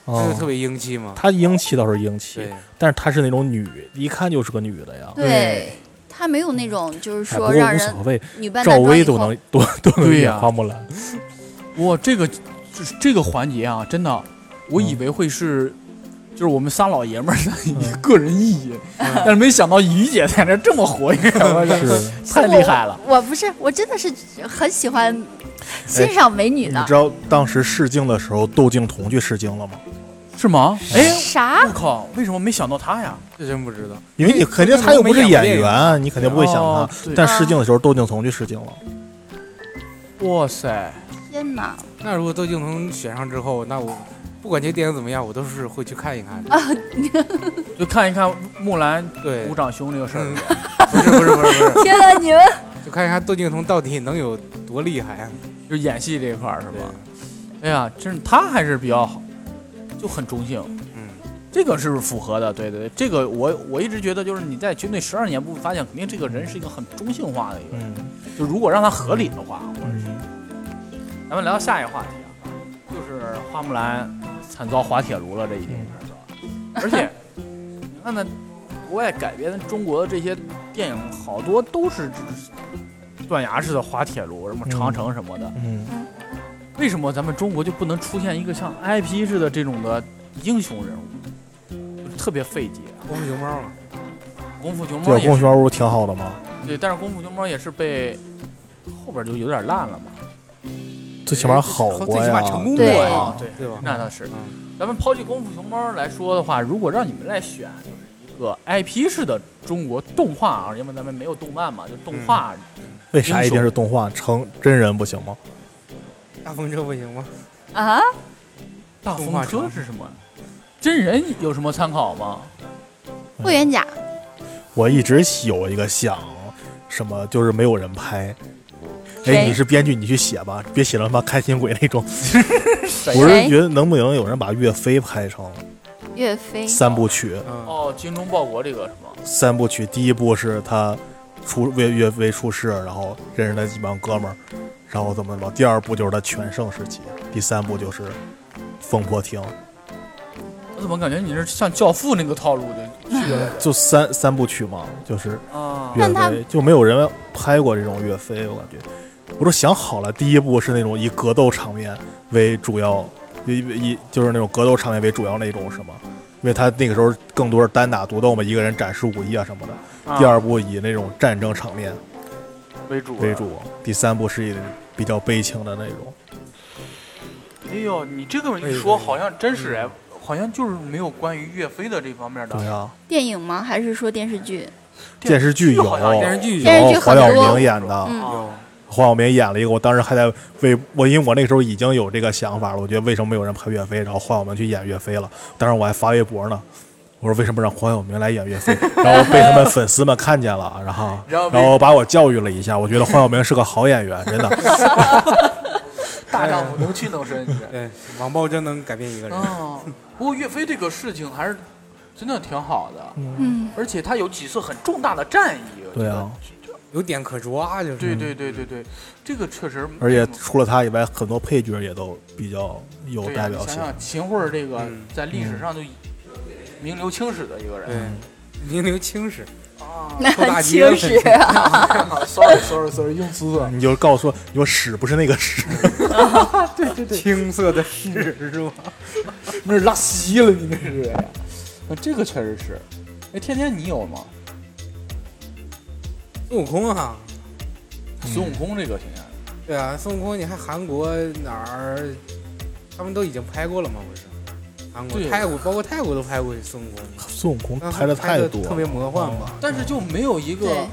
她嗯就特啊，别英气嘛。她英气倒是英气对，，但是她是那种女，一看就是个女的呀。对。她没有那种，就是哎，不说过让无人所谓，女扮赵男装以薇都后，能都都能对演呀花木兰。哇，这个这这个环节啊，真的，我以为会是。就是我们仨老爷们儿的嗯个人意义，但是没想到于姐在这这么 (laughs) 活跃，我这是，太厉害了。我不是，我真的是很喜欢欣赏美女你的。知道当时试镜的时候，窦靖童去试镜了吗？是吗？哎，啥我？靠，为什么没想到他呀？这真不知道。因为你肯定他又不是演员，你肯定不会想哦他。对但试镜的时候，窦靖童去试镜了，哇塞，天哪！那如果窦靖童选上之后，那我不管这电影怎么样，我都是会去看一看的。就看一看木兰对鼓，掌兄这个事嗯儿。不是不是不是不是，天哪，你们就看一看窦靖童到底能有多厉害啊，就演戏这一块儿是是吗吧？？哎呀，真是他还是比较好，就很中性，嗯，这个是符合的。对对对，这个我我一直觉得，就是你在军队十二年部发现，肯定这个人是一个很中性化的一个人。嗯就如果让他合理的话，嗯，咱们聊下一个话题啊，就是花木兰惨遭滑铁卢了这一点，而且你看呢，国外改编的中国的这些电影，好多都是这断崖式的滑铁卢，什么长城什么的。嗯，为什么咱们中国就不能出现一个像 IP 似的这种的英雄人物？就是特别费解。功夫熊猫嘛，功夫熊这猫功也夫是熊猫不是挺好的吗？对，但是功夫熊猫也是被后边就有点烂了嘛。最起码 (laughs) 好最过起呀码，成功过对呀啊，，对，对吧？那倒是。嗯，咱们抛弃功夫熊猫来说的话，如果让你们来选，就是一个 IP 式的中国动画啊，因为咱们没有动漫嘛，就动嗯画。为啥一定是动画？成真人不行吗？大风车不行吗？啊，大动风画车城是什么？真人有什么参考吗？嗯霍元甲我一直有一个想，什么就是没有人拍。哎，谁你是编剧，你去写吧，别写成他妈开心鬼那种。谁我是觉得能不能有人把岳飞拍成岳飞，三部曲？嗯，哦，精忠报国这个是吗？三部曲，第一部是他出为岳飞出世，然后认识那几帮哥们儿，然后怎么怎么。第二部就是他全盛时期，第三部就是风波亭，我怎么感觉你是像教父那个套路 (laughs) 的去的就三三部曲嘛，就是啊？岳但他飞就没有人拍过这种岳飞，我感觉。我都想好了，第一部是那种以格斗场面为主要，以以就是那种格斗场面为主要那种什么，因为他那个时候更多是单打独斗嘛，一个人展示武艺啊什么的。第二部以那种战争场面为主啊为。主，第三部是以比较悲情的那种。哎呦，你这个一说好像真是哎，好像就是没有关于岳飞的这方面嗯对的啊，电影吗？还是说电视剧？电视剧有好像电视剧电视剧有黄晓很多明演的，嗯啊。黄晓明演了一个，我当时还在为我，因为我那个时候已经有这个想法了，我觉得为什么没有人拍岳飞，然后黄晓明去演岳飞了，当时我还发微博呢。我说为什么让黄晓明来演岳 (laughs) 飞？然后被他们粉丝们看见了，然后然后被然后把我教育了一下。我觉得黄晓明是个好演员，真的。大丈嗯夫能屈能 (laughs) 伸，你这。嗯对，网暴真能改变一个人。哦，不过岳飞这个事情还是真的挺好的，嗯，而且他有几次很重大的战役。我觉对得啊，有点可抓，就是嗯对对对对对，这个确实。而且除了他以外，很多配角也都比较有对呀啊代表你性想。想秦桧儿这个嗯在历史上就名留青史的一个人 (laughs) 对，名留青史，啊，啊， (laughs) 臭那大很街清史， (laughs) ，sorry sorry sorry，用词啊，你就告诉我，你说屎不是那个屎，对对对，青色的屎是吗？那是拉稀了，你那是。那这个确实是。哎，天天你有吗？孙悟空啊，嗯孙悟空这个形象，对啊，孙悟空，你看韩国哪儿，他们都已经拍过了吗？不是，韩国、对泰国，包括泰国都拍过孙悟空，孙悟空那拍的太嗯得多特了哦别。魔幻吧，但是就没有一个对，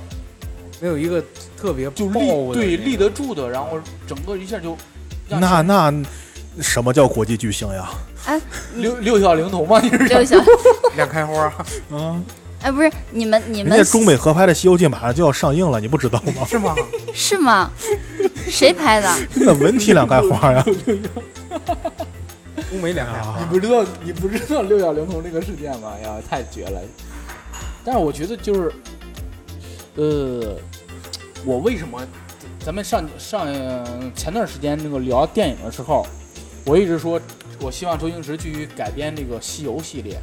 没有一个特别就爆立的对那立个得住的，然后整个一下就让那那什么叫国际巨星呀？六六小龄童嘛，你是 (laughs) 就行。两开花，？啊，哎，不是你们你人们家中美合拍的《西游记》马上就要上映了，你不知道 (laughs) 吗是吗？是吗？谁拍的？ (laughs) 那文体两开花呀！中美两开花。啊你不知道，你不知道六小龄童这个事件吗？哎呀，太绝了！但是我觉得就是，呃，我为什么咱们上上前段时间那个聊电影的时候，我一直说我希望周星驰继续改编这个《西游》系列，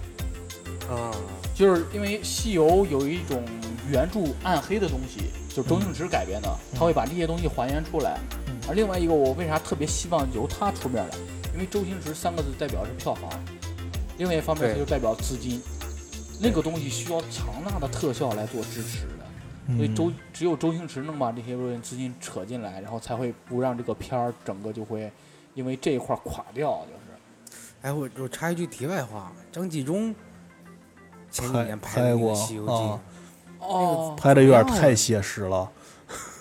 嗯啊，就是因为《西游》有一种原著暗黑的东西，就是周星驰改编的，他会把这些东西还原出来。嗯而另外一个，我为啥特别希望由他出面来？因为周星驰三个字代表是票房，另外一方面对它就代表资金，那个东西需要强大的特效来做支持的，所嗯以周只有周星驰能把这些部分资金扯进来，然后才会不让这个片儿整个就会因为这一块儿垮掉，就是哎，我我插一句题外话，啊张纪中前几拍年拍的拍那个《过西游记》啊哦拍的有点太写实了，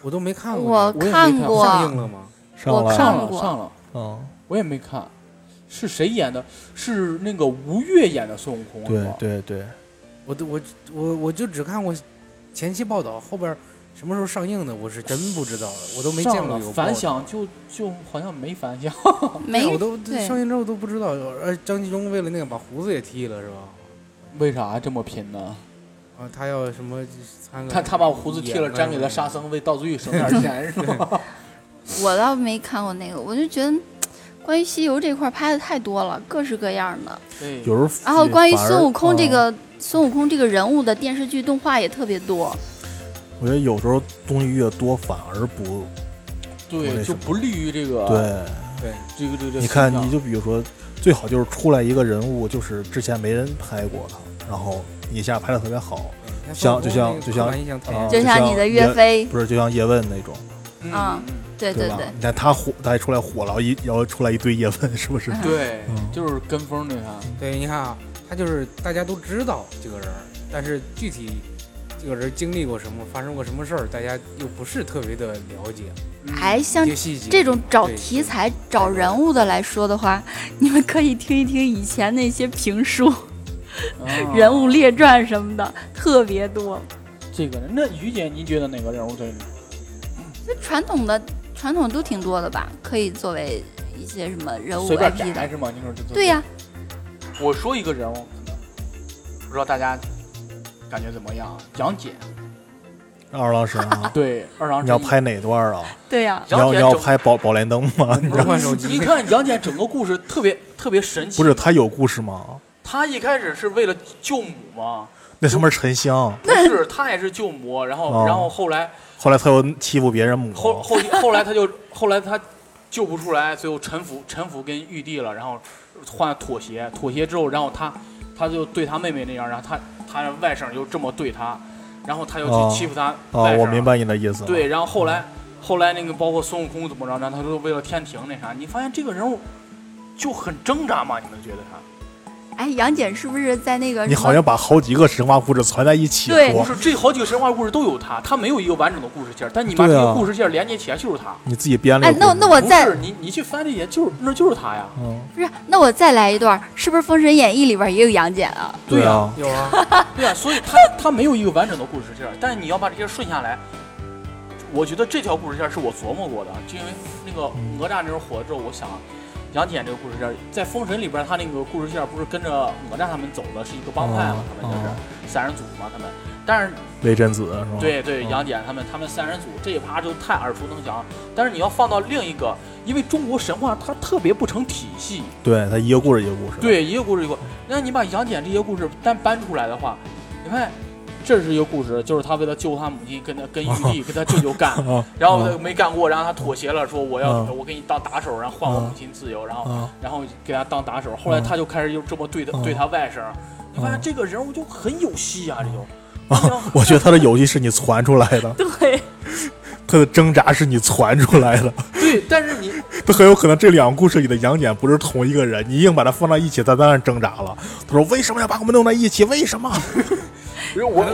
我都没看过呢。我也没看看过，上映了吗？上我来上看了过上了。嗯，我也没看，是谁演的？是那个吴越演的孙悟空，是对吧？对对，我都我我我就只看过前期报道，后边儿什么时候上映的，我是真不知道的，我都没见上过了有报道反响就就好像没反响，对我没都对上映之后都不知道。呃，张纪中为了那个把胡子也剃了是吧？为啥这么拼呢？啊，他要什么参个他他把胡子剃了，演沾给他杀僧，为道祖玉省点钱是吧？我倒没看过那个，我就觉得关于西游这块儿拍的太多了，各式各样的。 (laughs) 对，有时候然后关于反而孙悟空嗯这，个孙悟空这个人物的电视剧动画也特别多，哦我觉得有时候东西越多反而不对，为什就么不利于这个对。对，这个这个这个你看，啊形象你就比如说，最好就是出来一个人物，就是之前没人拍过他，然后你一下拍的特别好，那像孙悟空那个就像就刻像板印象太啊严重就就像像你的也岳飞，不是就像叶问那种，嗯啊对对吧？对，你看他火，他一出来火了，一然后出来一堆叶问，是不 (laughs) 是？对嗯，就是跟风那啥，对，你看啊，他就是大家都知道这个人儿，但是具体这个人经历过什么，发生过什么事儿，大家又不是特别的了解嗯哎，像一些细节。这种找对题材、找人物的来说的话，你们可以听一听以前那些评书、啊人物列传什么的，特别多。这个那于姐，您觉得哪个人物最那传统的传统都挺多的吧，可以作为一些什么人物随便 IP 的。摘是吗？你说这呃对呀、我说一个人物，可能不知道大家感觉怎么样？啊杨戬，二郎神啊，对，二郎神你要拍哪段啊？对呀、你杨要戬你要整拍宝宝莲灯吗？魔幻手你机，嗯看杨戬整个故事特别特别神奇， (laughs) 不是，他有故事吗？他一开始是为了救母嘛，那他妈是沉香，不是，他也是救母，然后、哦然后后来后来他又欺负别人母，啊后后后来他就后来他救不出来，最后臣服臣服跟玉帝了，然后换妥协，妥协之后，然后他他就对他妹妹那样，然后他他外甥又这么对他，然后他又哦去欺负他啊外甥，，我明白你的意思了。对，然后后来后来那个包括孙悟空怎么着呢？他说为了天庭那啥，你发现这个人物就很挣扎嘛？你们觉得他？哎，杨戬是不是在那个你什么好像把好几个神话故事攒在一起对不说，是，这好几个神话故事都有他，他没有一个完整的故事线儿，但你把这对啊个故事线儿连接起来就是他。你自己编了哎一，个那故我事。那我不再是你，你去翻这些，就是那就是他呀。嗯，不是那我再来一段，是不是《封神演义》里边也有杨戬啊？对呀、啊， (laughs) 有 (laughs) 啊，对呀、所以他他没有一个完整的故事线儿，但是你要把这些顺下来，我觉得这条故事线儿是我琢磨过的，就因为那个嗯哪吒那时候火了之后，我想杨戬这个故事线儿在《封神》里边儿，他那个故事线儿不是跟着哪吒他们走的，是一个帮派嘛，他们就是哦三人组嘛，他们，但是伪贞子是吧？对对，嗯杨戬他们他们三人组这一趴就太耳熟能详。但是你要放到另一个，因为中国神话它特别不成体系，对，他一个故事一个故事。，对一个故事一个。那你把杨戬这些故事单搬出来的话，你发现这是一个故事，就是他为了救他母亲，跟他跟玉帝跟他舅舅干， (laughs) 啊然后他没干过，然后他妥协了，说我要啊我给你当打手，然后换嗯我母亲自由，然后啊然后给他当打手。后嗯来他就开始又这么对他啊对他外甥，你嗯发现这个人物就很有戏啊，这就。你想啊！我觉得他的游戏是你传出来的，对， (laughs) 他的挣扎是你传出来的，对，但是你他很有可能这两个故事里的杨撵不是同一个人，你硬把他放到一起，他当然挣扎了。他说：“为什么要把我们弄在一起？为什么 (laughs) 可能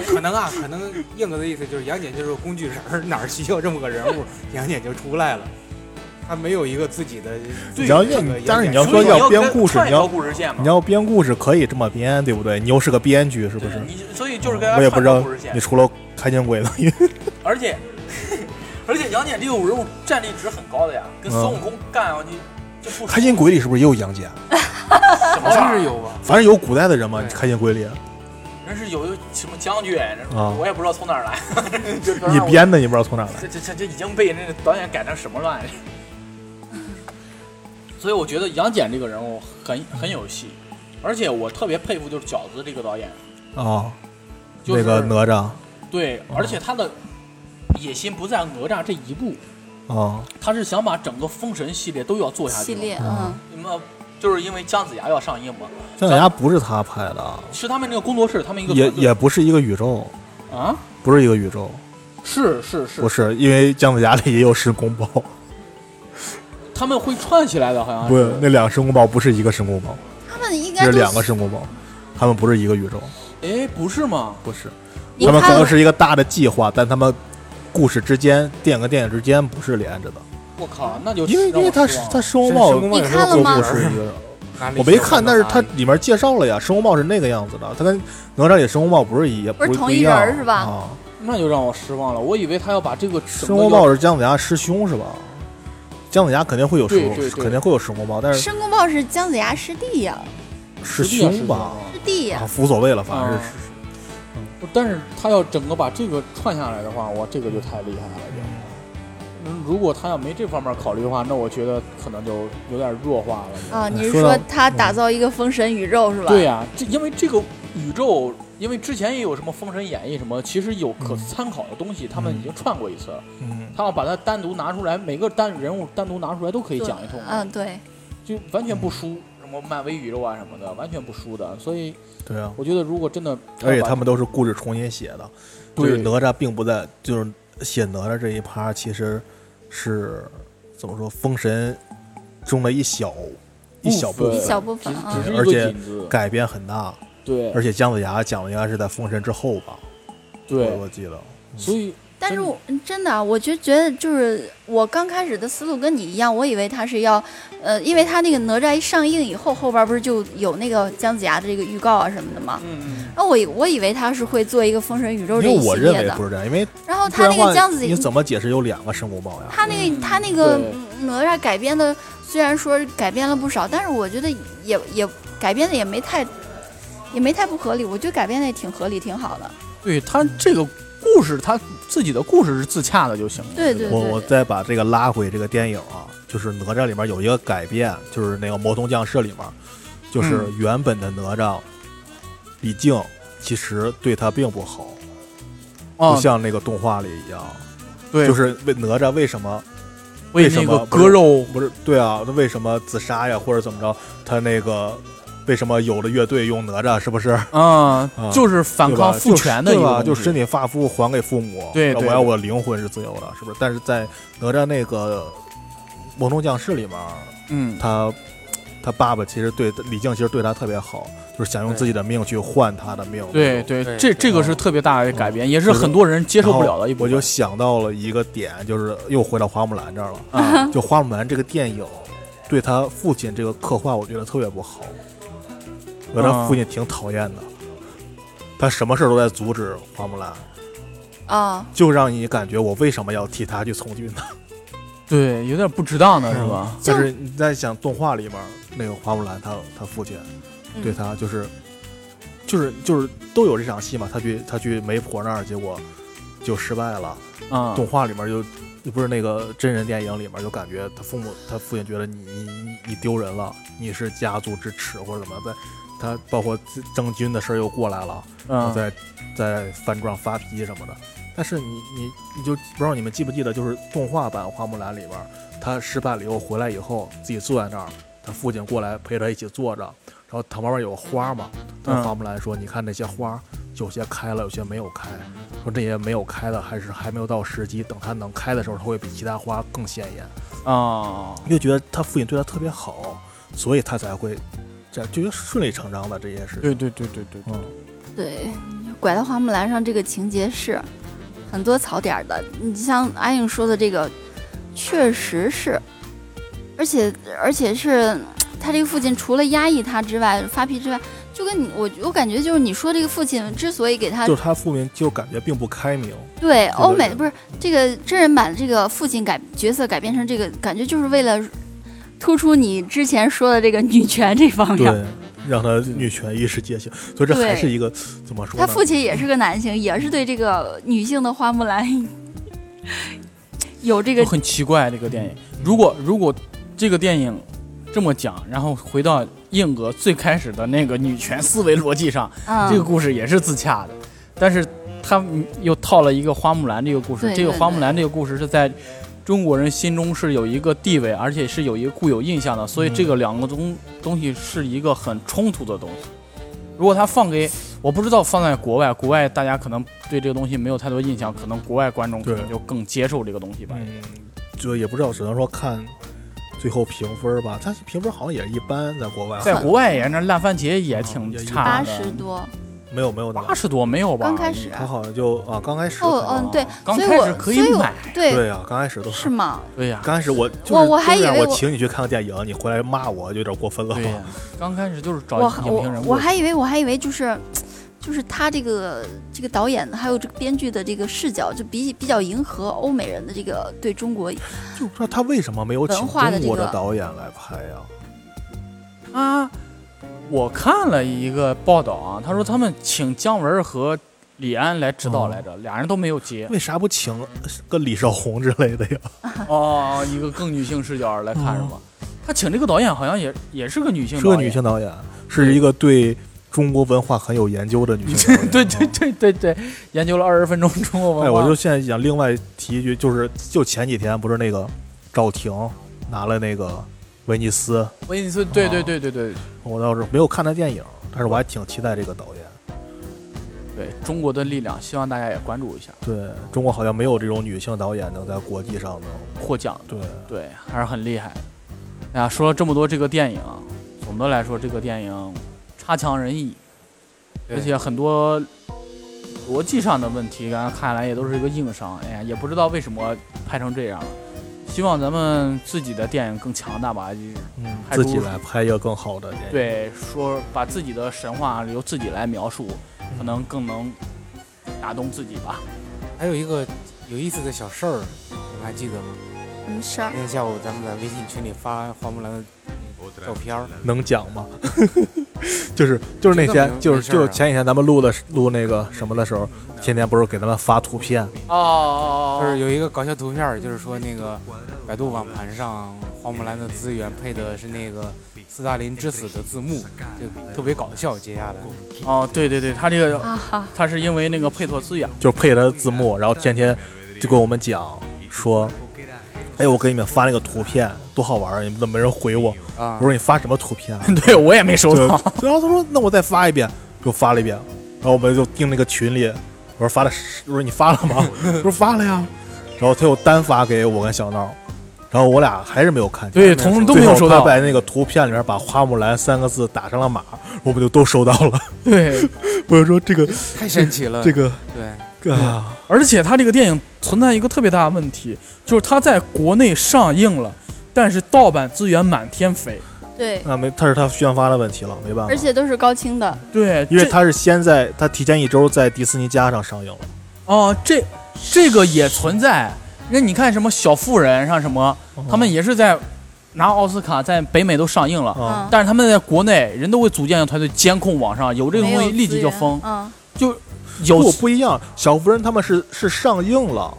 可能啊，可能硬哥的意思就是杨撵就是个工具人儿，哪儿需要这么个人物，杨撵就出来了。他没有一个自己的对杨这撵个但是杨撵你要说所以你嗯要编跟故事串一你要条故事线？”嘛你，要编故事可以这么编，对不对？你又是个编剧，是不对是？你所以就是给他我也不串知条道故事线你。除了开心鬼能而且 (laughs) 而且杨撵这种人物战力值很高的呀，嗯跟孙悟空干上去就不开心鬼里是不是也有杨撵？什么好玩意像儿是有啊吧？反正有古代的人嘛，对开心鬼里人是有什么将军，人啊我也不知道从哪儿来。 (laughs) 就你编的，你不知道从哪来。这这这这已经被那个导演改成什么乱了？ (laughs) 所以我觉得杨撵这个人物很很有戏，而且我特别佩服就是饺子这个导演，啊，就是那个哪啊吒对，而且他的野心不在哪吒这一部，啊，他是想把整个封神系列都要做下去。系列，嗯嗯，你们就是因为姜子牙要上映嘛，姜子牙不是他拍的，是他们那个工作室，他们一个也团队也不是一个宇宙，啊，不是一个宇宙，是是是不，是，因为姜子牙里也有申公豹，他们会串起来的，好像不是是那两个申公豹不是一个申公豹，他们应该这都是两个申公豹，他们不是一个宇宙，哎，不是吗？不是，你他们可看能是一个大的计划，但他们故事之间、电影跟电影之间不是连着的，我靠，那就因为让因我为他失望了他申公。申公豹豹你也是看个了故吗不事是一个人，哪里我没小看，到但是哪他里里面介绍了呀，申公豹是那个样子的，他跟哪吒里申公豹不是一样，不是同一一人儿样是吧啊，那就让我失望了。我以为他要把这个整申个公要豹是姜子牙师兄是吧？姜子牙肯定会有申公对对，对肯定会有申公豹，但是申公豹是姜子牙师弟呀，师实际上兄吧，师弟呀啊，，无所谓了，反正啊是不但是他要整个把这个串下来的话，哇，这个就太厉害了。就嗯如果他要没这方面考虑的话，那我觉得可能就有点弱化了。就啊，你是哎说说到嗯他打造一个封神宇宙是吧？对呀、这因为这个宇宙，因为之前也有什么《封神演义》什么，其实有可嗯参考的东西，他们已经串过一次了。嗯，他要把它单独拿出来，每个单人物单独拿出来都可以讲一通，嗯，对，就完全不输什么漫威宇宙啊什么的，完全不输的。所以对啊，我觉得，如果真的要把，而且他们都是故事重新写的，就是对哪吒并不在，就是写哪吒这一趴其实是怎么说，封神中的一小一小部部一分小部只分啊只，是一嗯而且个引子，改编很大，对而且姜子牙讲的应该是在封神之后吧，我对，我记得，所以但是真的我真的啊，我就觉得就是我刚开始的思路跟你一样，我以为他是要，呃，因为他那个哪吒一上映以后，后边不是就有那个姜子牙的这个预告啊什么的嘛。嗯嗯，那我以我以为他是会做一个封神宇因宙这一为我系认列为的不，是这样，因为然后不他然那的个话姜子你怎么解释有两个申公豹呀？他那嗯个他那个对哪吒改编的虽然说是改编了不少，但是我觉得也也改编的也没太也没太不合理，我觉得改编的也挺合理，挺好的。对他这个故事，他自己的故事是自洽的就行了。对对我对我再把这个拉回这个电影啊，就是哪吒里面有一个改变，就是那个《魔童降世》里面，就是嗯原本的哪吒，李靖其实对他并不好，哦不，像那个动画里一样，对，就是为哪吒为什么为为什那么个不是割肉，不是对啊？他为什么自杀呀，或者怎么着？他那个为什么有的乐队用哪吒是不是？啊啊，就是反对吧抗父权的一就是个对吧？就东西身体发肤还给父母，对对我要我的灵魂是自由的，是不是？但是在哪吒那个《魔童降世》里面，嗯，他他爸爸其实对李靖其实对他特别好，就是想用自己的命去换他的命。对对，对这对这个是特别大的改变，也是很多人接接受不了的一部我分。就想到了一个点，就是又回到花木兰这儿了。啊，就花木兰这个电影，对他父亲这个刻画，我觉得特别不好。我觉得他父亲挺讨厌的，他什么事儿都在阻止花木兰，啊，就让你感觉我为什么要替他去从军呢？对，有点不值当的是吧？但是你在想动画里面那个花木兰，她她父亲嗯对她就是，就是就是都有这场戏嘛，她去她去媒婆那儿，结果就失败了。啊，动画里面就就不是那个真人电影里面，就感觉她父母她父亲觉得你你你你丢人了，你是家族之耻或者怎么样，但他包括郑钧的事儿又过来了，然后嗯，在在翻撞发脾气什么的。但是你你你就不知道你们记不记得，就是动画版《花木兰》里边儿，他失败了以后回来以后，自己坐在那儿，他父亲过来陪他一起坐着，然后旁边有个花嘛，但嗯花木兰说：“你看那些花，有些开了，有些没有开。说这些没有开的还是还没有到时机，等它能开的时候，它会比其他花更鲜艳。”啊，越觉得他父亲对他特别好，所以他才会这样，就觉得顺理成章的这些事情。对对对对对对，嗯，对，拐到花木兰上这个情节是很多槽点儿的。你像阿颖说的这个，确实是，而且而且是他这个父亲除了压抑他之外，发脾气之外，就跟你我我感觉就是你说这个父亲之所以给他就是他父亲就感觉并不开明，对这个欧美人不是这个真人版这个父亲改角色改编成这个，感觉就是为了突出你之前说的这个女权这 (laughs) 方面。对，让他女权意识觉醒，所以这还是一个怎么说他呢？父亲也是个男性，也是对这个女性的花木兰 (laughs) 有这个就很奇怪这个电影。如果如果这个电影这么讲，然后回到硬格最开始的那个女权思维逻辑上，嗯，这个故事也是自洽的，但是他又套了一个花木兰这个故事对。这个对花木兰这个故事是在中国人心中是有一个地位，而且是有一个固有印象的，所以嗯这个两个东东西是一个很冲突的东西。如果他放给我不知道放在国外，国外大家可能对这个东西没有太多印象，可能国外观众可对能就更接受这个东西吧。嗯，就也不知道，只能说看最后评分吧。他评分好像也一般，在国外在国外也那烂番茄也哦挺差八的，十多，没有没有那八么，十多没有吧？刚开始他好像就啊刚开始哦可能嗯对，刚所以开我始可以所以我买对对啊，刚开始都是吗？对呀、刚开始我就是我我还就是这样以为我我请你去看个电影，你回来骂我就有点过分了对呀、吧？刚开始就是找我影评人过我去。我还以为我还以为就是就是他这个这个导演还有这个编剧的这个视角就比比较迎合欧美人的这个对中国就不知道他为什么没有请文化的中这国个的导演来拍呀、。啊，我看了一个报道啊，他说他们请姜文儿和李安来指导来着，俩人都没有接 (laughs) 为啥不请呃个李少红之类的呀？哦，一个更女性视角来看是吗？他请这个导演好像也也是个女性，哦是个女。性导演，是一个对中国文化很有研究的女性 (laughs) 导演。对对对对对，研究了二十分钟中国文化。哦哎，我就现在想另外提一句，就是就前几天不是那个赵婷拿了那个威尼斯，我跟你说，对哦对对对对我倒是没有看她电影，但是我还挺期待这个导演。对，中国的力量，希望大家也关注一下，对中国好像没有这种女性导演能在国际上能获奖对对还是很厉害的。哎呀，说了这么多这个电影，总的来说这个电影差强人意，对而且很多逻辑上的问题，刚刚看来也都是一个硬伤。哎呀，也不知道为什么拍成这样了。希望咱们自己的电影更强大吧。就是嗯还自不己如来拍一个更好的电影。对，说把自己的神话由自己来描述，可能更能打动自己吧。还有一个有意思的小事儿，你们还记得吗？什么事嗯儿那。天下午咱们在微信群里发花木兰的照片儿，能讲吗？ (laughs) 就是就是那这个天没就是没事儿就啊是前几天咱们录的录那个什么的时候，天天不是给咱们发图片，哦哦就是有一个搞笑图片儿，就是说那个百度网盘上花木兰的资源配的是那个斯大林之死的字幕，就特别搞笑。接下来，哦，对对对，他这个啊哈，他是因为那个配错字眼。就是配的字幕，然后天天就跟我们讲说，哎，我给你们发那个图片多好玩儿，你们怎么没人回我？啊我，说你发什么图片啊？ (laughs) (laughs) 对我也没收就到。然后他说那我再发一遍，又发了一遍，然后我们就定那个群里，我说发了十，我说你发了吗？ (laughs) 我说发了呀，然后他又单发给我跟小闹，然后我俩还是没有看见。对，同都没有收他到。在那个图片里面把“花木兰”三个字打上了码，我们就都收到了。 (laughs) 嗯对， (laughs) 我就说这个太神奇了。这个对，啊，而且他这个电影存在一个特别大的问题，就是他在国内上映了，但是盗版资源满天飞。对，那没，他是他宣发的问题了，没啊办法而。且都是高清的，对，因为这他是先在他提前一周在迪士尼家上上映了，哦，这这个也存在。那你看什么小妇人啊上什么，哦他们也是在拿奥斯卡在北美都上映嗯了。啊，但是他们在国内，人都会组建一个团队监控网上有这个没有东西立即资就源封，嗯，就不有不一样。小妇人他们是是上映了，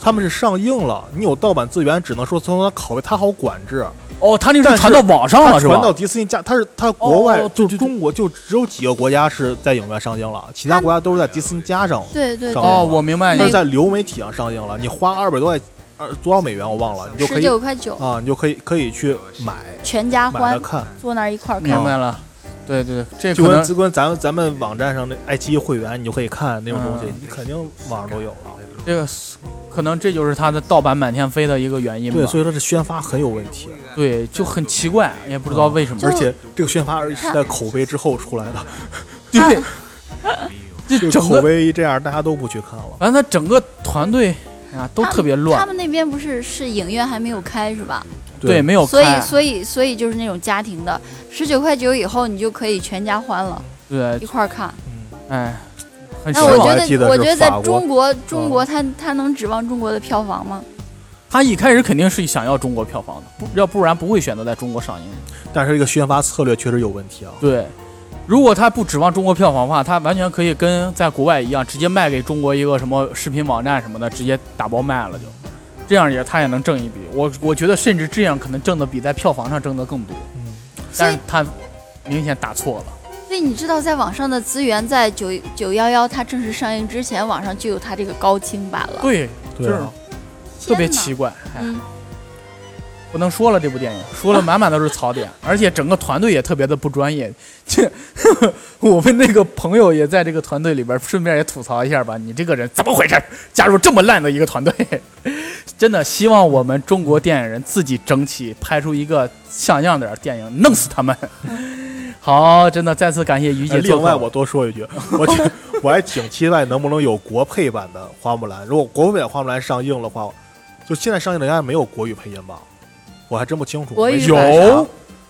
他们是上映了，你有盗版资源，只能说从它拷贝，它好管制。哦，他那但是啊传是到网上它了是吧传？到迪士尼家，它是它国外、哦就对是对对中国就只有几个国家是在影院上映了，其他国家都是在迪士尼家上，对对上对，哦，我明白它你是在流媒体上上映了。你花二百多块，二多少美元我忘了，你就可十以九块九，啊，你就可以可以去买全家买着欢，看，坐那儿一块儿看。明白了，对对对，这就可跟能就跟咱咱们网站上的爱奇艺会员，你就可以看那种东西，嗯你肯定网上都有啊了。这个可能这就是他的盗版满天飞的一个原因对，吧。所以说这宣发很有问题，啊对，就很奇怪，也不知道为什么。就而且这个宣发是在口碑之后出来的，对，这就整口个，碑一这样，大家都不去看了。反正他整个团队啊都特别他乱，们那边不是是影院还没有开是吧？对，没有所以开，所以所以就是那种家庭的，十九块九以后你就可以全家欢了，对一，块儿看。哎，很失那我望觉。还记得是得，我觉得在法国中嗯国，中国他他能指望中国的票房吗？他一开始肯定是想要中国票房的，不要不然不会选择在中国上映。但是这个宣发策略确实有问题啊。对，如果他不指望中国票房的话，他完全可以跟在国外一样，直接卖给中国一个什么视频网站什么的，直接打包卖了就，这样也他也能挣一笔。我我觉得甚至这样可能挣的比在票房上挣的更多，所但以是他明显打错了。所以你知道，在网上的资源在九九幺幺它正式上映之前，网上就有它这个高清版了。对，对啊，特别天哪奇怪。哎嗯，不能说了这部电影，说了满满都是槽点，而且整个团队也特别的不专业。这 (laughs) 我们那个朋友也在这个团队里边，顺便也吐槽一下吧，你这个人怎么回事？加入这么烂的一个团队， (laughs) 真的希望我们中国电影人自己整起，拍出一个像样点儿电影，弄死他们。 (laughs) 好，真的再次感谢于哎姐做客。另外，我多说一句，我 (laughs) 挺我还挺期待能不能有国配版的《花木兰》。如果国配版《花木兰》上映的话，就现在上映的应该没有国语配音吧？我还真不清楚。国语版有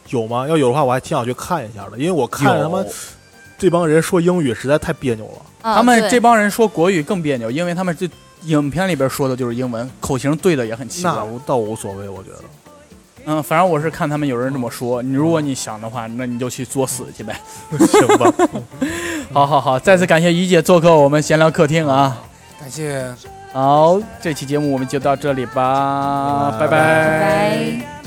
有吗？要有的话，我还挺想去看一下的，因为我看他们哦有这帮人说英语实在太别扭了。啊他们对这帮人说国语更别扭，因为他们这影片里边说的就是英文，口型对的也很奇怪。那倒无所谓，我觉得。嗯，反正我是看他们有人这么说。你如果你想的话，那你就去作死去呗。 (laughs) 行吧，嗯好好好，再次感谢于姐做客我们闲聊客厅啊。感谢嗯好，这期节目我们就到这里吧，拜拜拜。